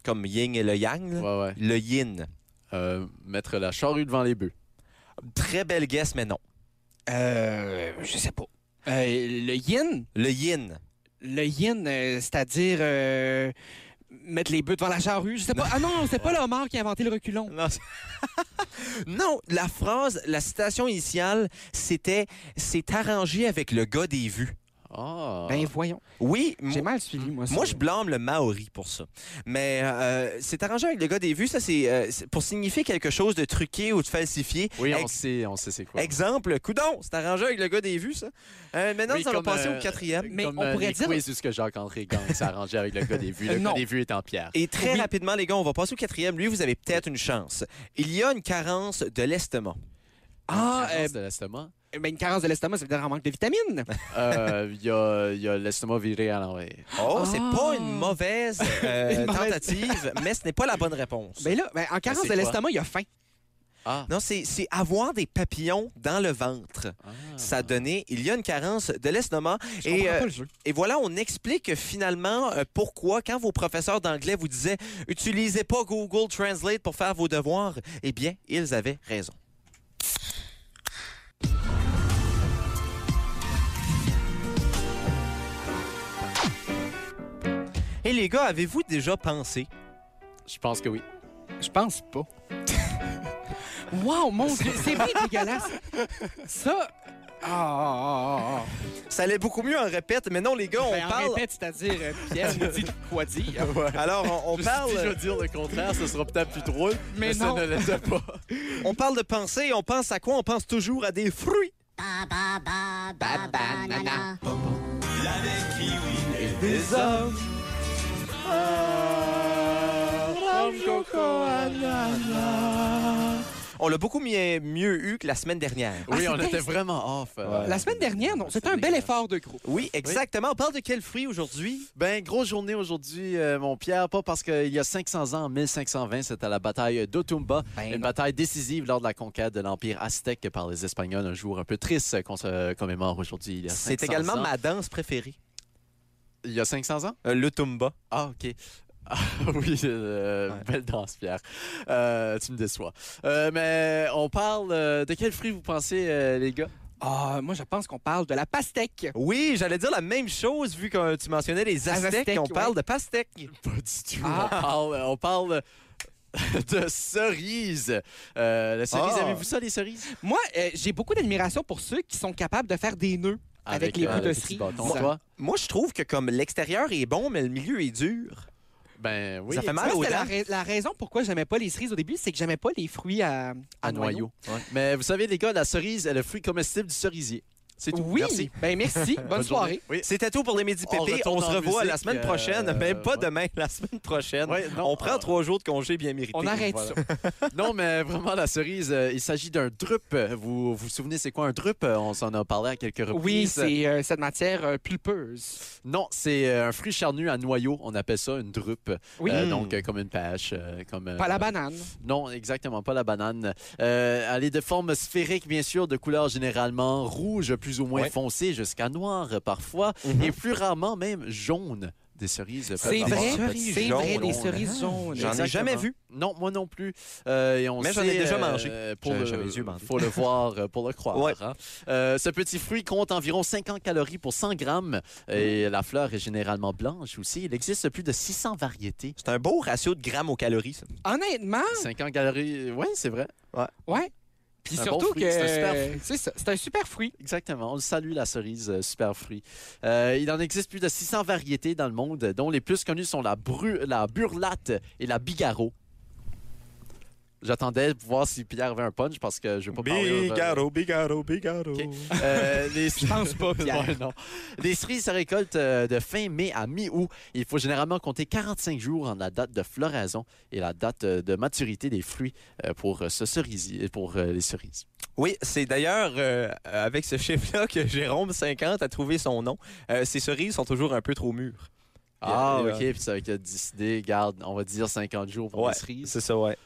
Speaker 1: comme yin et le yang, là,
Speaker 4: Ouais, ouais.
Speaker 1: le yin.
Speaker 4: Euh, mettre la charrue devant les bœufs.
Speaker 1: Très belle guess, mais non.
Speaker 3: Euh, je sais pas. Euh, le yin?
Speaker 1: Le yin.
Speaker 3: Le yin, euh, c'est-à-dire euh, mettre les bœufs devant la charrue, je sais pas. Ah non, c'est pas le homard qui a inventé le reculon.
Speaker 1: Non, c'est- [LAUGHS] Non, la phrase, la citation initiale, c'était c'est arrangé avec le gars des vues.
Speaker 4: Ah.
Speaker 3: Ben voyons.
Speaker 1: Oui,
Speaker 3: J'ai
Speaker 1: moi,
Speaker 3: mal suivi, moi.
Speaker 1: moi,
Speaker 3: ça.
Speaker 1: je blâme le Maori pour ça. Mais euh, c'est arrangé avec le gars des vues, ça c'est euh, c'est pour signifier quelque chose de truqué ou de falsifié.
Speaker 4: oui, on
Speaker 1: Ex-
Speaker 4: sait, on sait c'est quoi.
Speaker 1: Exemple, coudon, c'est arrangé avec le gars des vues ça. Euh, maintenant
Speaker 4: Oui,
Speaker 1: ça va
Speaker 4: comme,
Speaker 1: passer
Speaker 4: euh,
Speaker 1: au quatrième.
Speaker 3: mais
Speaker 4: Comme,
Speaker 3: on
Speaker 4: euh,
Speaker 3: pourrait
Speaker 4: les
Speaker 3: dire-
Speaker 4: quiz où ce que Jacques-André Gang s'est arrangé avec le gars des
Speaker 3: [LAUGHS]
Speaker 4: vues. Le
Speaker 3: Non.
Speaker 4: gars des vues est en pierre.
Speaker 1: Et très rapidement, les gars, on va passer au quatrième. Lui, vous avez peut-être une chance. Il y a une carence de l'estomac.
Speaker 3: Ah,
Speaker 4: Carence
Speaker 3: euh,
Speaker 4: de l'estomac.
Speaker 3: ben, une carence de l'estomac, ça veut dire un manque de vitamines.
Speaker 4: Euh, Il y a- il y a, l'estomac viré à l'envers.
Speaker 1: Oh, c'est
Speaker 3: Ah.
Speaker 1: pas une
Speaker 3: [LAUGHS]
Speaker 1: mauvaise euh,
Speaker 3: Une mauvaise-
Speaker 1: tentative, mais ce n'est pas la bonne réponse.
Speaker 3: ben là, ben, en carence
Speaker 4: c'est
Speaker 3: de
Speaker 4: quoi?
Speaker 3: l'estomac, il y a faim.
Speaker 4: Ah.
Speaker 1: Non, c'est c'est avoir des papillons dans le ventre.
Speaker 4: Ah.
Speaker 1: Ça a donné, il y a une carence de l'estomac.
Speaker 3: Je
Speaker 1: Et,
Speaker 3: comprends
Speaker 1: euh,
Speaker 3: pas le jeu.
Speaker 1: et voilà, on explique finalement euh, pourquoi, quand vos professeurs d'anglais vous disaient utilisez pas Google Translate pour faire vos devoirs, eh bien, ils avaient raison. Et les gars, avez-vous déjà pensé
Speaker 4: Je pense que oui.
Speaker 3: Je pense pas. [LAUGHS] wow, mon Dieu, c'est bien dégueulasse. Ça. Ah, ah, ah,
Speaker 1: Ça allait beaucoup mieux en répète, mais non, les gars,
Speaker 3: ah.
Speaker 1: on
Speaker 3: Ben, en
Speaker 1: parle.
Speaker 3: répète, c'est-à-dire, euh, Pierre nous dit quoi dire.
Speaker 1: Alors, on,
Speaker 3: [LAUGHS]
Speaker 1: on
Speaker 4: Je
Speaker 1: parle.
Speaker 4: Si je veux dire le contraire, ce sera peut-être plus drôle, mais,
Speaker 3: Mais
Speaker 4: ça
Speaker 3: non. Ah,
Speaker 4: ne l'était pas.
Speaker 1: On parle de pensée, on pense à quoi? On pense toujours à des fruits.
Speaker 3: Ba, ba, na, na.
Speaker 1: Des hommes.
Speaker 4: Ah,
Speaker 1: On l'a beaucoup mi- mieux eu que la semaine dernière.
Speaker 4: Oui,
Speaker 3: Ah,
Speaker 4: on
Speaker 3: c'était-
Speaker 4: était vraiment off. euh.
Speaker 3: La semaine dernière, non, c'était un bel effort de groupe.
Speaker 1: Oui, exactement. On parle de quel fruit aujourd'hui?
Speaker 4: Ben, grosse journée aujourd'hui, euh, mon Pierre. Pas parce qu'il y a 500 ans, en 1520, c'était la bataille d'Otumba.
Speaker 3: Ben
Speaker 4: une
Speaker 3: non.
Speaker 4: bataille décisive lors de la conquête de l'Empire aztèque par les Espagnols. Un jour un peu triste qu'on se commémore aujourd'hui. il y a
Speaker 1: C'est
Speaker 4: 500
Speaker 1: également
Speaker 4: ans.
Speaker 1: ma danse préférée.
Speaker 4: Il y a 500 ans?
Speaker 1: Euh, le tumba.
Speaker 4: Ah, OK. [LAUGHS] Ah, oui, euh, belle danse, Pierre. Euh, tu me déçois. Euh, mais on parle euh, de quel fruit vous pensez, euh, les gars?
Speaker 3: Ah, moi, je pense qu'on parle de la pastèque.
Speaker 1: Oui, j'allais dire la même chose vu que tu mentionnais les aztèques.
Speaker 3: aztèques,
Speaker 1: on parle
Speaker 3: ouais.
Speaker 1: de pastèques.
Speaker 4: Pas du tout.
Speaker 3: Ah.
Speaker 4: On parle, on parle [LAUGHS] de cerises. Euh, la cerise,
Speaker 1: Ah.
Speaker 4: avez-vous ça, les cerises?
Speaker 3: Moi, euh, j'ai beaucoup d'admiration pour ceux qui sont capables de faire des nœuds avec, les
Speaker 4: euh,
Speaker 3: bouts de
Speaker 4: le petit
Speaker 3: cerise.
Speaker 4: bâton.
Speaker 3: Ça-
Speaker 4: Toi?
Speaker 1: Moi, je trouve que comme l'extérieur est bon, mais le milieu est dur.
Speaker 4: Ben oui.
Speaker 1: Ça fait mal
Speaker 3: Moi,
Speaker 1: aux
Speaker 3: c'était la,
Speaker 1: dents.
Speaker 3: ra- la raison pourquoi j'aimais pas les cerises au début, c'est que j'aimais pas les fruits à, à
Speaker 4: à noyau. Mais vous savez, les gars, la cerise est le fruit comestible du cerisier. C'est tout.
Speaker 3: Oui,
Speaker 4: Merci.
Speaker 3: ben merci. Bonne soirée.
Speaker 4: journée.
Speaker 3: [LAUGHS]
Speaker 4: Oui.
Speaker 1: C'était tout pour les Midi
Speaker 4: On
Speaker 1: Pépé.
Speaker 4: Oh, retourne
Speaker 1: On, se
Speaker 4: en
Speaker 1: revoit la
Speaker 4: musique,
Speaker 1: semaine prochaine,
Speaker 4: euh,
Speaker 1: même pas
Speaker 4: ouais.
Speaker 1: demain, [LAUGHS] la semaine prochaine.
Speaker 4: Ouais, non,
Speaker 1: on prend
Speaker 4: euh,
Speaker 1: trois jours de congé bien mérités.
Speaker 3: On arrête
Speaker 4: voilà.
Speaker 3: ça.
Speaker 4: non, mais vraiment, la cerise, euh, il s'agit d'un drup. Vous vous souvenez, c'est quoi un drup? Euh, On s'en a parlé à quelques reprises.
Speaker 3: Oui, c'est euh, cette matière euh, pulpeuse.
Speaker 4: Non, c'est euh, un fruit charnu à noyau. On appelle ça une drupe.
Speaker 3: Oui.
Speaker 4: Euh, donc, euh, comme une pêche. euh, comme, euh,
Speaker 3: Pas la banane.
Speaker 4: Non, exactement, pas la banane. Euh, elle est de forme sphérique, bien sûr, de couleur généralement rouge, plus ou moins
Speaker 1: Ouais. Mhm.
Speaker 4: foncé, jusqu'à noir euh, parfois, et plus rarement même jaune. Des cerises. peuvent
Speaker 3: C'est
Speaker 4: avoir
Speaker 3: vrai,
Speaker 4: un petit
Speaker 3: c'est
Speaker 4: jaune.
Speaker 3: vrai, des cerises
Speaker 1: J'en ai
Speaker 3: jaunes.
Speaker 4: Exactement.
Speaker 1: jamais vu.
Speaker 4: Non, moi non plus. Euh, et on
Speaker 1: Mais j'en ai
Speaker 4: sait, euh,
Speaker 1: déjà mangé.
Speaker 4: Pour
Speaker 1: J'avais
Speaker 4: le,
Speaker 1: jamais les yeux bandés.
Speaker 4: faut le voir euh, pour le croire.
Speaker 1: Ouais.
Speaker 4: hein. Euh, ce petit fruit compte environ 50 calories pour 100 grammes
Speaker 1: Mhm.
Speaker 4: et la fleur est généralement blanche aussi. Il existe plus de 600 variétés.
Speaker 1: C'est un beau ratio de grammes aux calories. ça.
Speaker 3: Honnêtement,
Speaker 1: Ah!
Speaker 4: 50 calories, oui, c'est vrai.
Speaker 3: ouais. Puis
Speaker 4: Un
Speaker 3: surtout
Speaker 4: bon fruit,
Speaker 3: que
Speaker 4: c'est un super
Speaker 3: c'est ça, c'est un super fruit.
Speaker 4: Exactement. On le salue, la cerise euh, super fruit. Euh, il en existe plus de 600 variétés dans le monde, dont les plus connues sont la, bru- la burlate et la bigarro. J'attendais pour voir si Pierre avait un punch parce que je ne veux pas parler. au-
Speaker 1: bigaro, bigaro.
Speaker 4: Ok. Euh, les... Je
Speaker 3: pense pas,
Speaker 4: [LAUGHS]
Speaker 3: Pierre.
Speaker 4: non. Les cerises se récoltent euh, de fin mai à mi-août. Il faut généralement compter 45 jours en la date de floraison et la date euh, de maturité des fruits euh, pour, euh, ce cerisier, pour euh, les cerises.
Speaker 1: Oui, c'est d'ailleurs euh, avec ce chiffre-là que Jérôme 50 a trouvé son nom. Euh, ses cerises sont toujours un peu trop mûres.
Speaker 4: Ah,
Speaker 1: Et, euh,
Speaker 4: OK. Puis ça veut dire qu'il a décidé, garde, on va dire 50 jours pour
Speaker 1: Ouais,
Speaker 4: les cerises.
Speaker 1: C'est ça, ouais.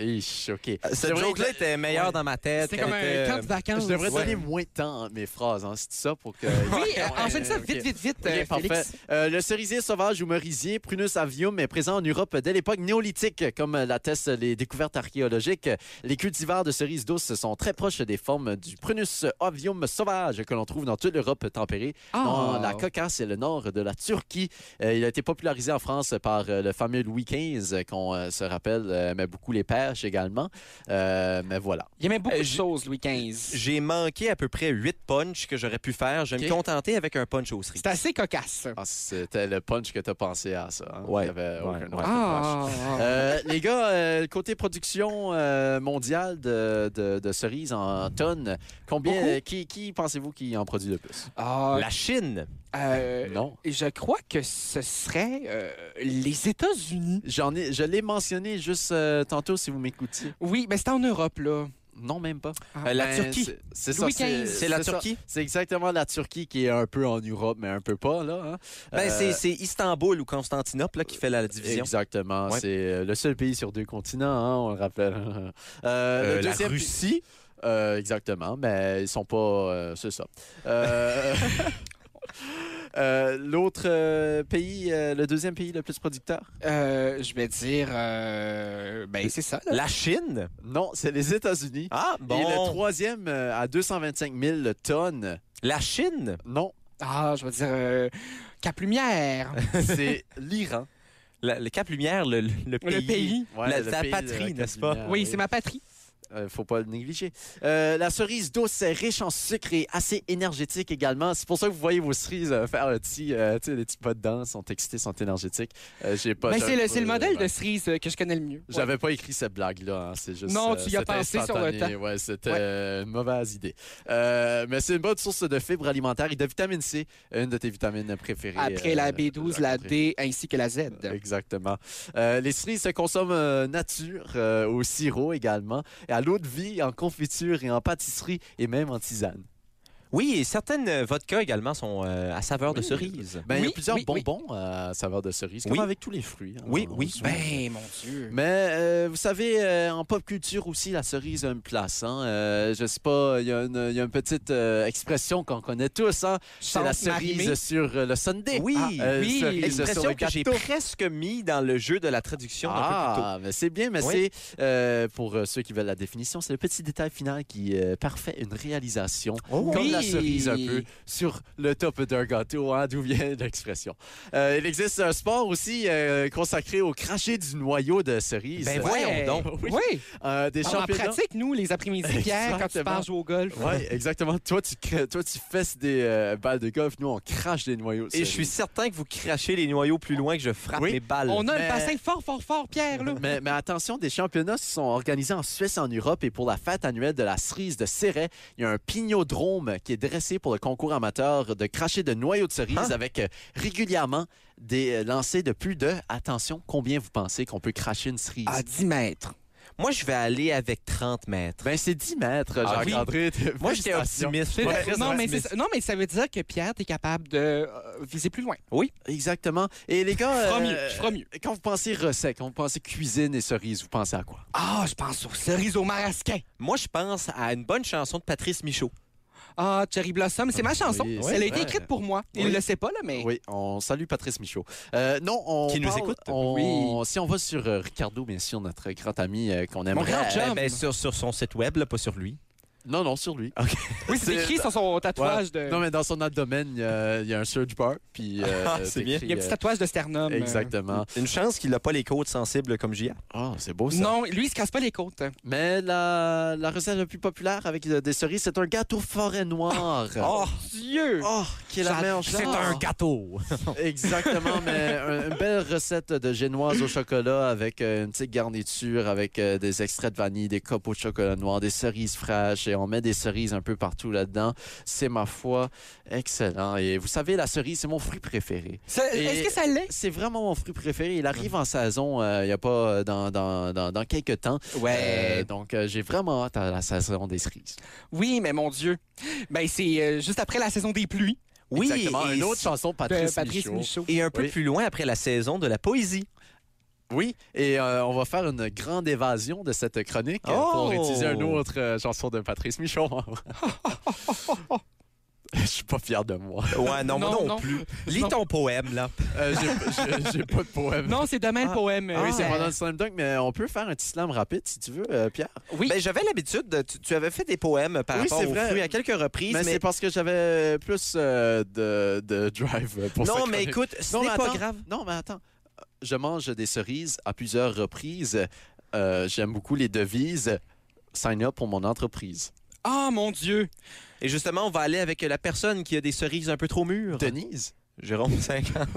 Speaker 1: Euh,
Speaker 4: Ish, OK. Je
Speaker 1: Cette
Speaker 4: devrais-
Speaker 1: joke-là était meilleure dans ma tête.
Speaker 2: C'est comme
Speaker 1: Elle
Speaker 2: un
Speaker 1: était-
Speaker 2: camp de vacances.
Speaker 4: euh, Je devrais
Speaker 1: Ouais.
Speaker 4: donner moins de temps à mes phrases, hein, c'est ça, pour que...
Speaker 2: Oui, euh,
Speaker 4: Ouais,
Speaker 2: enchaîne ça
Speaker 4: ok.
Speaker 2: vite, vite, vite,
Speaker 4: [LAUGHS] Ok,
Speaker 2: euh,
Speaker 4: parfait.
Speaker 2: Félix.
Speaker 4: Euh, le cerisier sauvage ou merisier, Prunus avium, est présent en Europe dès l'époque néolithique, comme l'attestent les découvertes archéologiques. Les cultivars de cerises douces sont très proches des formes du Prunus avium sauvage que l'on trouve dans toute l'Europe tempérée,
Speaker 2: Ah,
Speaker 4: dans la Cocasse et le nord de la Turquie. Euh, il a été popularisé en France par euh, le fameux Louis XV, euh, qu'on euh, se rappelle, euh, mais beaucoup les perches également. Euh, mais voilà.
Speaker 2: Il y a même beaucoup
Speaker 1: Euh,
Speaker 2: de
Speaker 1: j'ai-
Speaker 2: choses, Louis XV.
Speaker 1: euh, J'ai manqué à peu près 8 punchs que j'aurais pu faire. Je vais
Speaker 4: Ok.
Speaker 1: me contenter avec un punch au cerise.
Speaker 2: C'est assez cocasse.
Speaker 4: Ah, C'était le punch que tu as pensé à ça. hein?
Speaker 1: Ouais.
Speaker 4: Il y avait aucun
Speaker 1: Ouais,
Speaker 4: autre
Speaker 1: ouais.
Speaker 4: punch.
Speaker 2: Ah,
Speaker 4: [LAUGHS] Euh, les gars, euh, côté production euh, mondiale de, de- de cerises en tonnes, combien,
Speaker 2: Beaucoup.
Speaker 4: euh, qui, qui pensez-vous qui en produit le plus?
Speaker 2: Ah,
Speaker 1: La Chine.
Speaker 2: euh,
Speaker 4: Non.
Speaker 2: Je crois que ce serait euh, les États-Unis.
Speaker 4: J'en ai, je l'ai mentionné juste euh, tantôt si vous m'écoutiez.
Speaker 2: Oui, mais c'est en Europe, là.
Speaker 4: Non, même pas.
Speaker 2: Ah,
Speaker 1: Euh, la
Speaker 4: Ben,
Speaker 1: Turquie.
Speaker 4: c'est- C'est ça.
Speaker 2: Louis XV.
Speaker 1: C'est la
Speaker 4: ça.
Speaker 1: Turquie.
Speaker 4: C'est exactement la Turquie qui est un peu en Europe, mais un peu pas, là. hein.
Speaker 1: Ben,
Speaker 4: Euh,
Speaker 1: c'est- c'est Istanbul ou Constantinople là, qui fait la division.
Speaker 4: Exactement.
Speaker 1: Ouais.
Speaker 4: C'est euh, le seul pays sur deux continents, hein, on le rappelle. [LAUGHS] Euh, le
Speaker 1: Euh, la
Speaker 4: deuxième-
Speaker 1: Russie.
Speaker 4: Euh, exactement, mais ils sont pas. euh, c'est ça. Euh, [LAUGHS] euh, L'autre euh, pays, euh, le deuxième pays le plus producteur
Speaker 2: Euh, je vais dire. euh, ben, c'est ça, là.
Speaker 1: La Chine.
Speaker 4: Non, c'est les États-Unis.
Speaker 1: Ah,
Speaker 4: Et le
Speaker 1: bon.
Speaker 4: troisième euh, à 225 000 tonnes.
Speaker 1: La Chine.
Speaker 4: Non,
Speaker 2: Ah, je vais dire. euh, Cap-Lumière.
Speaker 4: c'est l'Iran.
Speaker 1: La- le Cap Lumière, le, le pays.
Speaker 4: Ouais,
Speaker 1: La-
Speaker 4: le
Speaker 1: ta
Speaker 4: pays de
Speaker 1: patrie, n'est-ce pas?
Speaker 4: Casimir,
Speaker 2: Ah oui, c'est ma patrie.
Speaker 4: Euh, faut pas le négliger. Euh, la cerise d'eau, c'est riche en sucre et assez énergétique également. C'est pour ça que vous voyez vos cerises euh, faire un petit, euh, tu sais, des petits pas dedans, sont excitées, sont énergétiques. Euh, j'ai pas.
Speaker 2: Ben,
Speaker 4: j'avais
Speaker 2: c'est le,
Speaker 4: pas-
Speaker 2: c'est le modèle de
Speaker 4: ouais.
Speaker 2: cerise euh, que je connais le mieux. Ouais.
Speaker 4: J'avais pas écrit cette blague-là, hein, c'est juste.
Speaker 2: Non, tu y as
Speaker 4: c'était
Speaker 2: pensé sur le
Speaker 4: instantané.
Speaker 2: temps.
Speaker 4: Ouais, c'était
Speaker 2: Ouais.
Speaker 4: euh, une mauvaise idée. Euh, mais c'est une bonne source de fibres alimentaires et de vitamine C, une de tes vitamines préférées.
Speaker 2: Après
Speaker 4: euh,
Speaker 2: la B12, la
Speaker 4: après.
Speaker 2: D ainsi que la Z.
Speaker 4: Exactement. Euh, les cerises se consomment euh, nature, euh, au sirop également, et à l'eau de vie, en confiture et en pâtisserie et même en tisane.
Speaker 1: Oui, et certaines euh, vodkas également sont euh, à saveur de
Speaker 4: Oui.
Speaker 1: cerise.
Speaker 4: Ben, il y a
Speaker 2: Oui,
Speaker 4: plusieurs
Speaker 2: oui, oui.
Speaker 4: bonbons euh, à saveur de cerise, comme
Speaker 1: Oui.
Speaker 4: avec tous les fruits. hein,
Speaker 1: Oui,
Speaker 4: on
Speaker 1: oui.
Speaker 4: le
Speaker 2: Ben,
Speaker 4: souligne.
Speaker 2: mon Dieu.
Speaker 4: Mais euh, vous savez, euh, en pop culture aussi, la cerise a une place. Hein? Euh, je sais pas, il y, a une- il y a une petite euh, expression qu'on connaît tous. Hein? C'est la
Speaker 2: Chante
Speaker 4: cerise
Speaker 2: Marimé.
Speaker 4: sur euh, le sundae.
Speaker 1: Oui,
Speaker 4: euh,
Speaker 1: oui.
Speaker 4: cerise sur
Speaker 1: L'expression
Speaker 4: le
Speaker 1: que j'ai
Speaker 4: gâteau.
Speaker 1: presque mis dans le jeu de la traduction d'un peu plus tôt.
Speaker 4: Ah, mais c'est bien, mais
Speaker 1: Oui.
Speaker 4: c'est euh, pour euh, ceux qui veulent la définition, c'est le petit détail final qui euh, parfait une réalisation,
Speaker 1: Oh.
Speaker 4: comme
Speaker 2: Oui.
Speaker 4: la cerise un peu sur le top d'un gâteau, hein, d'où vient l'expression. Euh, il existe un sport aussi euh, consacré au cracher du noyau de cerise.
Speaker 1: Ben
Speaker 2: Ouais.
Speaker 1: [LAUGHS] voyons donc.
Speaker 2: Oui.
Speaker 4: Euh, des
Speaker 2: On en
Speaker 4: championnats.
Speaker 2: pratique, nous, les après-midi, Pierre, quand tu
Speaker 4: Exactement.
Speaker 2: pars jouer au golf.
Speaker 4: Oui, exactement. Toi, tu, crées- toi, tu fesses des euh, balles de golf. Nous, on crache des noyaux. de
Speaker 1: Et je
Speaker 4: cerise.
Speaker 1: suis certain que vous crachez les noyaux plus loin que je frappe
Speaker 4: Oui.
Speaker 1: mes balles.
Speaker 2: On a
Speaker 4: Mais-
Speaker 2: un bassin fort, fort, fort, Pierre, là.
Speaker 4: Mais, mais attention, des championnats se sont organisés en Suisse, en Europe, et pour la fête annuelle de la cerise de Céret, il y a un pignodrome qui est dressé pour le concours amateur de cracher de noyaux de cerise
Speaker 1: Hein?
Speaker 4: avec euh, régulièrement des euh, lancers de plus de, attention, combien vous pensez qu'on peut cracher une cerise?
Speaker 1: Ah,
Speaker 2: À 10 mètres.
Speaker 1: Moi, je vais aller avec 30 mètres.
Speaker 4: Ben, c'est 10 mètres,
Speaker 1: Ah oui.
Speaker 4: Jacques-André.
Speaker 1: [LAUGHS] Moi, j'étais
Speaker 4: Félicitations.
Speaker 1: optimiste.
Speaker 2: C'est-
Speaker 1: Moi, très
Speaker 2: non, mais c'est
Speaker 1: optimiste.
Speaker 2: ça- non, mais ça veut dire que Pierre, t'es capable de euh, viser plus loin.
Speaker 4: Exactement. Et les gars,
Speaker 2: Je ferai
Speaker 4: euh,
Speaker 2: mieux, je ferai mieux.
Speaker 4: quand vous pensez recette, quand vous pensez cuisine et cerise, vous pensez à quoi?
Speaker 2: Ah, je pense aux cerises au marasquin.
Speaker 1: Moi, je pense à une bonne chanson de Patrice Michaud.
Speaker 2: Ah, Cherry Blossom, c'est ma chanson.
Speaker 4: Oui,
Speaker 2: Elle
Speaker 4: c'est
Speaker 2: a été
Speaker 4: vrai.
Speaker 2: écrite pour moi. Il
Speaker 4: Oui.
Speaker 2: le sait pas, là, mais...
Speaker 4: Oui, on salue Patrice Michaud. Euh, non, on
Speaker 1: Qui nous
Speaker 4: parle-
Speaker 1: écoute.
Speaker 4: on- Si on va sur euh, Ricardo, bien sûr, notre grand ami euh, qu'on aimerait.
Speaker 2: grand Ah, chum.
Speaker 1: Eh ben, sur, sur son site web, là, pas sur lui.
Speaker 4: Non, non, sur lui.
Speaker 2: Oui, c'est
Speaker 4: C'est-
Speaker 2: écrit sur son tatouage de...
Speaker 4: [LAUGHS] Non, mais dans son abdomen, il y a- il y, a un search bar, puis euh,
Speaker 2: [LAUGHS]
Speaker 1: Ah, c'est bien.
Speaker 4: t'écris,
Speaker 2: Il y a un petit tatouage de sternum.
Speaker 4: euh,
Speaker 2: euh.
Speaker 4: Exactement.
Speaker 1: Une chance qu'il n'a pas les côtes sensibles comme J.A.
Speaker 4: Ah, c'est beau ça. Ah.
Speaker 2: Non, lui, il se casse pas les côtes.
Speaker 4: Mais la, la recette la plus populaire avec euh, des cerises, c'est un gâteau forêt noire.
Speaker 2: Dieu!
Speaker 4: Oh, qui est la
Speaker 2: J'ad-
Speaker 4: meilleure
Speaker 2: c'est
Speaker 4: chose.
Speaker 2: un
Speaker 1: gâteau. [LAUGHS]
Speaker 4: Exactement, mais un- une belle recette de génoise au chocolat avec euh, une petite garniture, avec euh, des extraits de vanille, des copeaux de chocolat noir, des cerises fraîches, et on met des cerises un peu partout là-dedans. C'est ma foi excellent. Et vous savez, la cerise, c'est mon fruit préféré.
Speaker 2: Ça-
Speaker 4: Et-
Speaker 2: Est-ce que ça l'est?
Speaker 4: C'est vraiment mon fruit préféré. Il arrive en saison, euh, il n'y a pas euh, dans, dans, dans, dans quelques temps. Euh, donc, euh, j'ai vraiment hâte à la saison des cerises.
Speaker 2: Oui, mais mon Dieu. Ben, c'est euh, juste après la saison des pluies.
Speaker 1: Oui,
Speaker 4: Exactement.
Speaker 1: et Ben,
Speaker 4: Une autre
Speaker 1: c-
Speaker 4: chanson,
Speaker 2: de
Speaker 4: Patrice,
Speaker 2: Patrice
Speaker 4: Michaud.
Speaker 2: Michaud.
Speaker 1: Et un peu
Speaker 4: Oui.
Speaker 1: plus loin, après la saison de la poésie.
Speaker 4: Oui, et euh, on va faire une grande évasion de cette chronique euh,
Speaker 1: Oh!
Speaker 4: pour utiliser une autre euh, chanson de Patrice Michon. [LAUGHS] Je suis pas fier de moi.
Speaker 1: Ouais, non, moi
Speaker 3: Non,
Speaker 1: non,
Speaker 3: non.
Speaker 1: plus. Lis
Speaker 3: Non.
Speaker 1: ton poème, là.
Speaker 4: Euh, j'ai- j'ai- J'ai pas de poème.
Speaker 3: Non, c'est demain le
Speaker 1: Ah.
Speaker 3: poème.
Speaker 4: Oui, c'est
Speaker 3: Euh,
Speaker 4: pendant le slam dunk, mais on peut faire un petit slam rapide si tu veux, euh, Pierre.
Speaker 3: Oui.
Speaker 1: Ben, j'avais l'habitude, de- tu, tu avais fait des poèmes par
Speaker 4: Oui,
Speaker 1: rapport
Speaker 4: c'est
Speaker 1: aux
Speaker 4: vrai.
Speaker 1: fruits à quelques reprises,
Speaker 4: Mais,
Speaker 1: mais,
Speaker 4: c'est parce que j'avais plus euh, de, de drive euh, pour cette
Speaker 1: non, mais
Speaker 4: chronique.
Speaker 1: écoute, ce
Speaker 4: Non,
Speaker 1: n'est
Speaker 4: mais
Speaker 1: pas
Speaker 4: attends.
Speaker 1: grave.
Speaker 4: Non, mais attends. Je mange des cerises à plusieurs reprises. Euh, J'aime beaucoup les devises. Sign up pour mon entreprise.
Speaker 3: Ah, mon Dieu.
Speaker 1: Et justement, on va aller avec la personne qui a des cerises un peu trop mûres.
Speaker 4: Denise?
Speaker 1: Jérôme 50.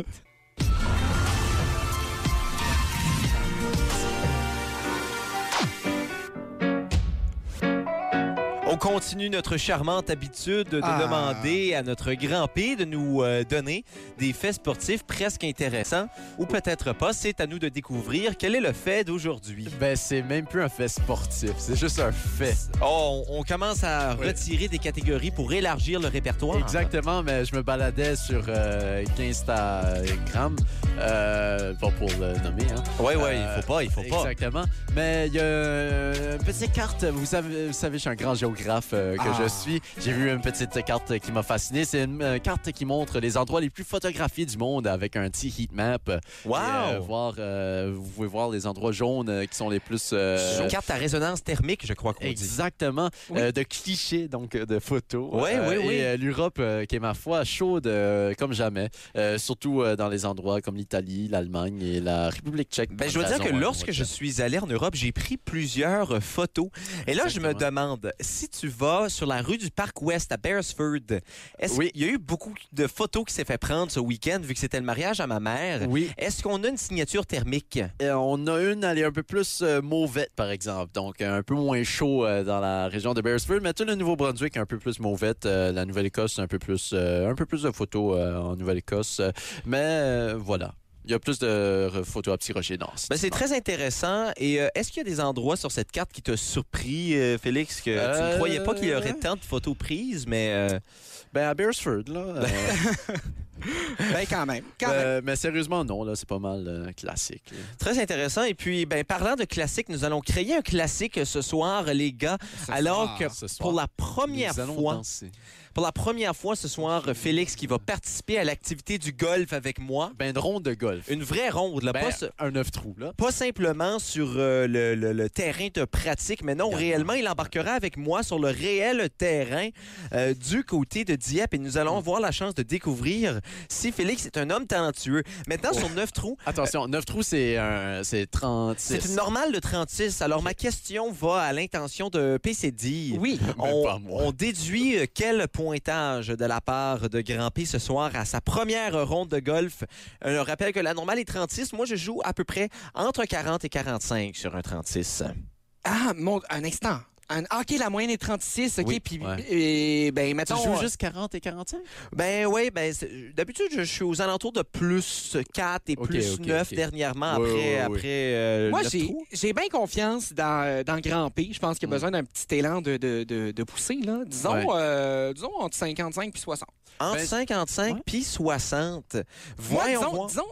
Speaker 1: On continue notre charmante habitude de
Speaker 3: Ah.
Speaker 1: demander à notre grand P de nous euh, donner des faits sportifs presque intéressants ou peut-être pas. C'est à nous de découvrir quel est le fait d'aujourd'hui.
Speaker 4: Ben, c'est même plus un fait sportif. C'est juste un fait.
Speaker 1: Oh, on on commence à
Speaker 4: Oui.
Speaker 1: retirer des catégories pour élargir le répertoire.
Speaker 4: Exactement, mais je me baladais sur euh, Instagram. Euh, pas pour le nommer, hein.
Speaker 1: Oui, oui,
Speaker 4: Euh,
Speaker 1: il faut pas, il faut pas.
Speaker 4: Exactement. Mais il y a euh, une petite carte. Vous savez, vous savez, je suis un grand géographe euh, que
Speaker 3: Ah.
Speaker 4: je suis. J'ai vu une petite carte qui m'a fasciné. C'est une euh, carte qui montre les endroits les plus photographiés du monde avec un petit heat map.
Speaker 1: Wow!
Speaker 4: Et, euh, voir, euh, vous pouvez voir les endroits jaunes euh, qui sont les plus. euh,
Speaker 1: Une carte à résonance thermique, je crois qu'on dit.
Speaker 4: Exactement,
Speaker 3: Oui.
Speaker 4: euh, de clichés, donc euh, de photos.
Speaker 1: Ouais,
Speaker 4: Euh,
Speaker 1: ouais,
Speaker 4: et,
Speaker 1: ouais.
Speaker 4: euh, L'Europe, euh, qui est ma foi chaude euh, comme jamais, Euh, surtout euh, dans les endroits comme l'Italie, l'Allemagne et la République tchèque.
Speaker 1: Ben, je dois
Speaker 4: La
Speaker 1: dire que
Speaker 4: zone, euh,
Speaker 1: lorsque je suis allé en Europe, j'ai pris plusieurs euh, photos. Et là, je me
Speaker 4: Exactement.
Speaker 1: demande, si tu vas sur la rue du Parc Ouest à Beresford, est-ce
Speaker 4: Oui.
Speaker 1: qu'il y a eu beaucoup de photos qui s'est fait prendre ce week-end, vu que c'était le mariage à ma mère?
Speaker 4: Oui,
Speaker 1: Est-ce qu'on a une signature thermique?
Speaker 4: et Euh, on a une, elle est un peu plus euh, mauvette, par exemple. Donc, euh, un peu moins chaud euh, dans la région de Beresford, mais tout le Nouveau-Brunswick est un peu plus mauvette. Euh, la Nouvelle-Écosse, un peu plus euh, un peu plus de photos euh, en Nouvelle-Écosse. Euh, Mais euh, voilà, il y a plus de euh, photos à Petit Rocher Nord.
Speaker 1: Ben, c'est très intéressant. Et euh, est-ce qu'il y a des endroits sur cette carte qui t'a surpris, euh, Félix, que tu
Speaker 4: Euh,
Speaker 1: ne croyais pas qu'il y aurait tant de photos prises, mais... euh,
Speaker 4: Ben, à Beresford,
Speaker 1: [LAUGHS]
Speaker 4: là. euh,
Speaker 3: Ben, quand même. Quand même.
Speaker 4: Euh, mais sérieusement, non, là, c'est pas mal euh, classique. là.
Speaker 1: Très intéressant. Et puis, ben, parlant de classique, nous allons créer un classique ce soir, les gars. alors que
Speaker 4: ce soir,
Speaker 1: pour la première
Speaker 4: nous allons
Speaker 1: fois,
Speaker 4: danser.
Speaker 1: pour la première fois ce soir, Félix qui va participer à l'activité du golf avec moi,
Speaker 4: Ben, une ronde de golf.
Speaker 1: une vraie ronde, là,
Speaker 4: Ben,
Speaker 1: pas, s-
Speaker 4: un neuf trous, là.
Speaker 1: pas simplement sur euh, le, le- le terrain de pratique, mais non,
Speaker 4: Regarde.
Speaker 1: réellement, il embarquera avec moi sur le réel terrain euh, du côté de Dieppe et nous
Speaker 4: Mm.
Speaker 1: allons avoir la chance de découvrir si Félix est un homme talentueux. Maintenant,
Speaker 4: Oh.
Speaker 1: sur neuf trous,
Speaker 4: [LAUGHS] Attention, neuf trous, c'est un- c'est 36.
Speaker 1: C'est une normale de 36. Alors, ma question va à l'intention de PCD.
Speaker 3: Oui.
Speaker 1: On,
Speaker 4: pas moi.
Speaker 1: on déduit euh, quel pointage de la part de Grand P ce soir à sa première ronde de golf. Euh, Je rappelle que la normale est 36. Moi, je joue à peu près entre 40 et 45 sur un 36.
Speaker 3: Ah, mon... un instant. Un- ah, OK, la moyenne est 36, OK,
Speaker 4: Oui,
Speaker 3: puis
Speaker 4: ouais.
Speaker 3: et, ben,
Speaker 4: Tu
Speaker 3: mettons...
Speaker 4: joues
Speaker 3: euh,
Speaker 4: juste 40 et 45?
Speaker 1: Ben oui, ben, c'est- d'habitude, je suis aux alentours de plus 4 et
Speaker 4: Ok,
Speaker 1: plus
Speaker 4: ok,
Speaker 1: 9
Speaker 4: ok.
Speaker 1: dernièrement
Speaker 4: Ouais,
Speaker 1: après,
Speaker 4: ouais, ouais.
Speaker 1: après euh,
Speaker 3: Moi,
Speaker 1: neuf
Speaker 3: j'ai-
Speaker 1: trous.
Speaker 3: j'ai bien confiance dans, euh, dans le Grand P. Je pense qu'il y a
Speaker 4: Mm.
Speaker 3: besoin d'un petit élan de, de, de, de poussée, là. Disons,
Speaker 4: Ouais.
Speaker 3: euh, disons entre 55 puis 60.
Speaker 1: Entre
Speaker 4: ben,
Speaker 1: 55
Speaker 4: ouais.
Speaker 1: puis 60.
Speaker 3: Moi,
Speaker 1: Voyons
Speaker 3: disons,
Speaker 1: voir.
Speaker 3: disons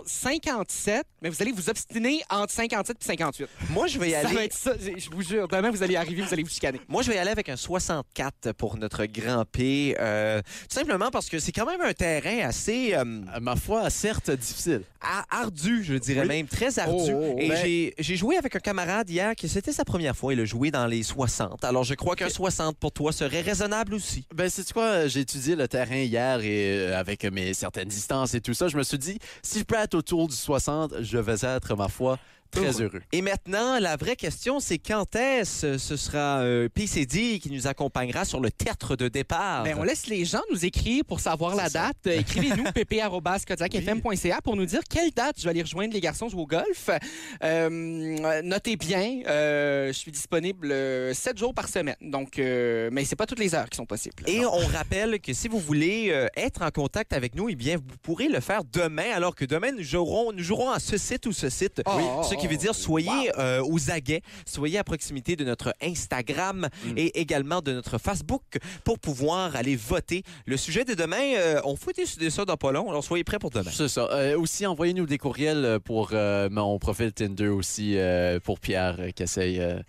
Speaker 3: 57, mais vous allez vous obstiner entre 57 et 58.
Speaker 1: Moi, je vais y
Speaker 3: ça
Speaker 1: aller.
Speaker 3: va être ça, je je vous jure. Demain, vous allez arriver, vous allez vous chicaner.
Speaker 1: Moi, je vais y aller avec un 64 pour notre grand P. euh, tout simplement parce que c'est quand même un terrain assez euh,
Speaker 4: Euh, ma foi, certes, difficile.
Speaker 1: a- ardu, je dirais
Speaker 4: Oui.
Speaker 1: même, très ardu.
Speaker 3: Oh, oh, oh.
Speaker 1: Et
Speaker 3: Ben-
Speaker 1: j'ai- j'ai joué avec un camarade hier qui c'était sa première fois. Il a joué dans les 60. Alors, je crois qu'un 60 pour toi serait raisonnable aussi.
Speaker 4: Ben, c'est quoi, j'ai étudié le terrain hier et euh, avec mes certaines distances et tout ça, je me suis dit, si je peux être autour du 60, je vais être, ma foi, très
Speaker 1: Heureux.
Speaker 4: heureux.
Speaker 1: Et maintenant, la vraie question, c'est quand est-ce ce sera euh, PCD qui nous accompagnera sur le théâtre de départ?
Speaker 3: Ben, on laisse les gens nous écrire pour savoir la date. Euh, Écrivez-nous [LAUGHS] pp.kodiakfm.ca pour nous dire quelle date je vais aller rejoindre les garçons jouer au golf. Euh, euh, notez bien, euh, je suis disponible 7 jours par semaine. Donc, euh, mais c'est pas toutes les heures qui sont possibles.
Speaker 1: Et on rappelle que si vous voulez euh, être en contact avec nous, eh bien, vous pourrez le faire demain, alors que demain, nous jouerons, nous jouerons à ce site ou ce site.
Speaker 3: Oh,
Speaker 1: Ce qui veut dire soyez euh, aux aguets, soyez à proximité de notre Instagram
Speaker 4: Mm.
Speaker 1: et également de notre Facebook pour pouvoir aller voter. Le sujet de demain, euh, on faut décider ça dans pas long, alors soyez prêts pour demain.
Speaker 4: C'est ça. Euh, aussi, envoyez-nous des courriels pour euh, mon profil Tinder aussi, euh, pour Pierre euh, qui essaye. euh,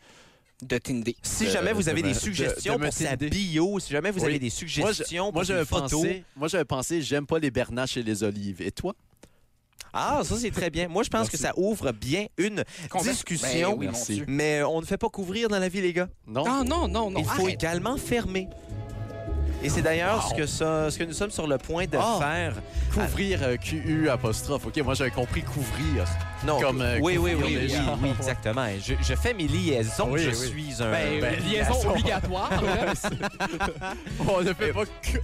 Speaker 3: de Tinder.
Speaker 1: Si
Speaker 4: de-
Speaker 1: jamais vous avez
Speaker 4: de me-
Speaker 1: des suggestions
Speaker 4: Euh, de- de me
Speaker 1: pour sa
Speaker 4: tinder.
Speaker 1: bio, si jamais vous
Speaker 4: Oui.
Speaker 1: avez des suggestions
Speaker 4: Moi,
Speaker 1: pour
Speaker 4: j'avais
Speaker 1: des photos.
Speaker 4: pensé, moi, j'avais pensé, j'aime pas les bernaches et les olives. Et toi?
Speaker 1: Ah, ça c'est très bien. Moi, je pense que ça ouvre bien une discussion.
Speaker 3: Ben oui, mon
Speaker 4: Merci.
Speaker 3: Dieu.
Speaker 1: Mais on ne fait pas couvrir dans la vie, les gars.
Speaker 4: Non?
Speaker 3: Ah non, non, non.
Speaker 1: Il faut
Speaker 3: arrête.
Speaker 1: également fermer. Et c'est d'ailleurs ce, que ça- ce que nous sommes sur le point de
Speaker 4: Ah.
Speaker 1: faire.
Speaker 4: Couvrir, euh, QU apostrophe. OK, moi, j'avais compris couvrir.
Speaker 1: Non,
Speaker 4: Comme, euh,
Speaker 1: oui, oui, oui,
Speaker 4: couvrir
Speaker 1: oui,
Speaker 4: les gens.
Speaker 1: oui, exactement. Je, je fais mes liaisons,
Speaker 4: Oui,
Speaker 1: je
Speaker 4: oui.
Speaker 1: suis un...
Speaker 3: Ben,
Speaker 4: ben,
Speaker 3: liaison
Speaker 4: liaison.
Speaker 3: obligatoire. là.
Speaker 4: On ne fait pas que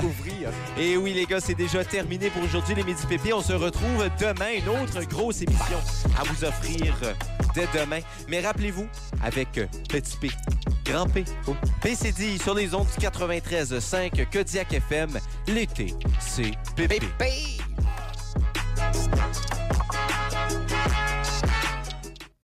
Speaker 4: couvrir.
Speaker 1: Et oui, les gars, c'est déjà terminé pour aujourd'hui, les Midi Pépés. On se retrouve demain, une autre grosse émission à vous offrir euh, dès demain. Mais rappelez-vous, avec euh, Petit P, Grand P, PCD sur les ondes du 93.5 Kodiak FM, l'été, c'est pépé.
Speaker 3: Bébé.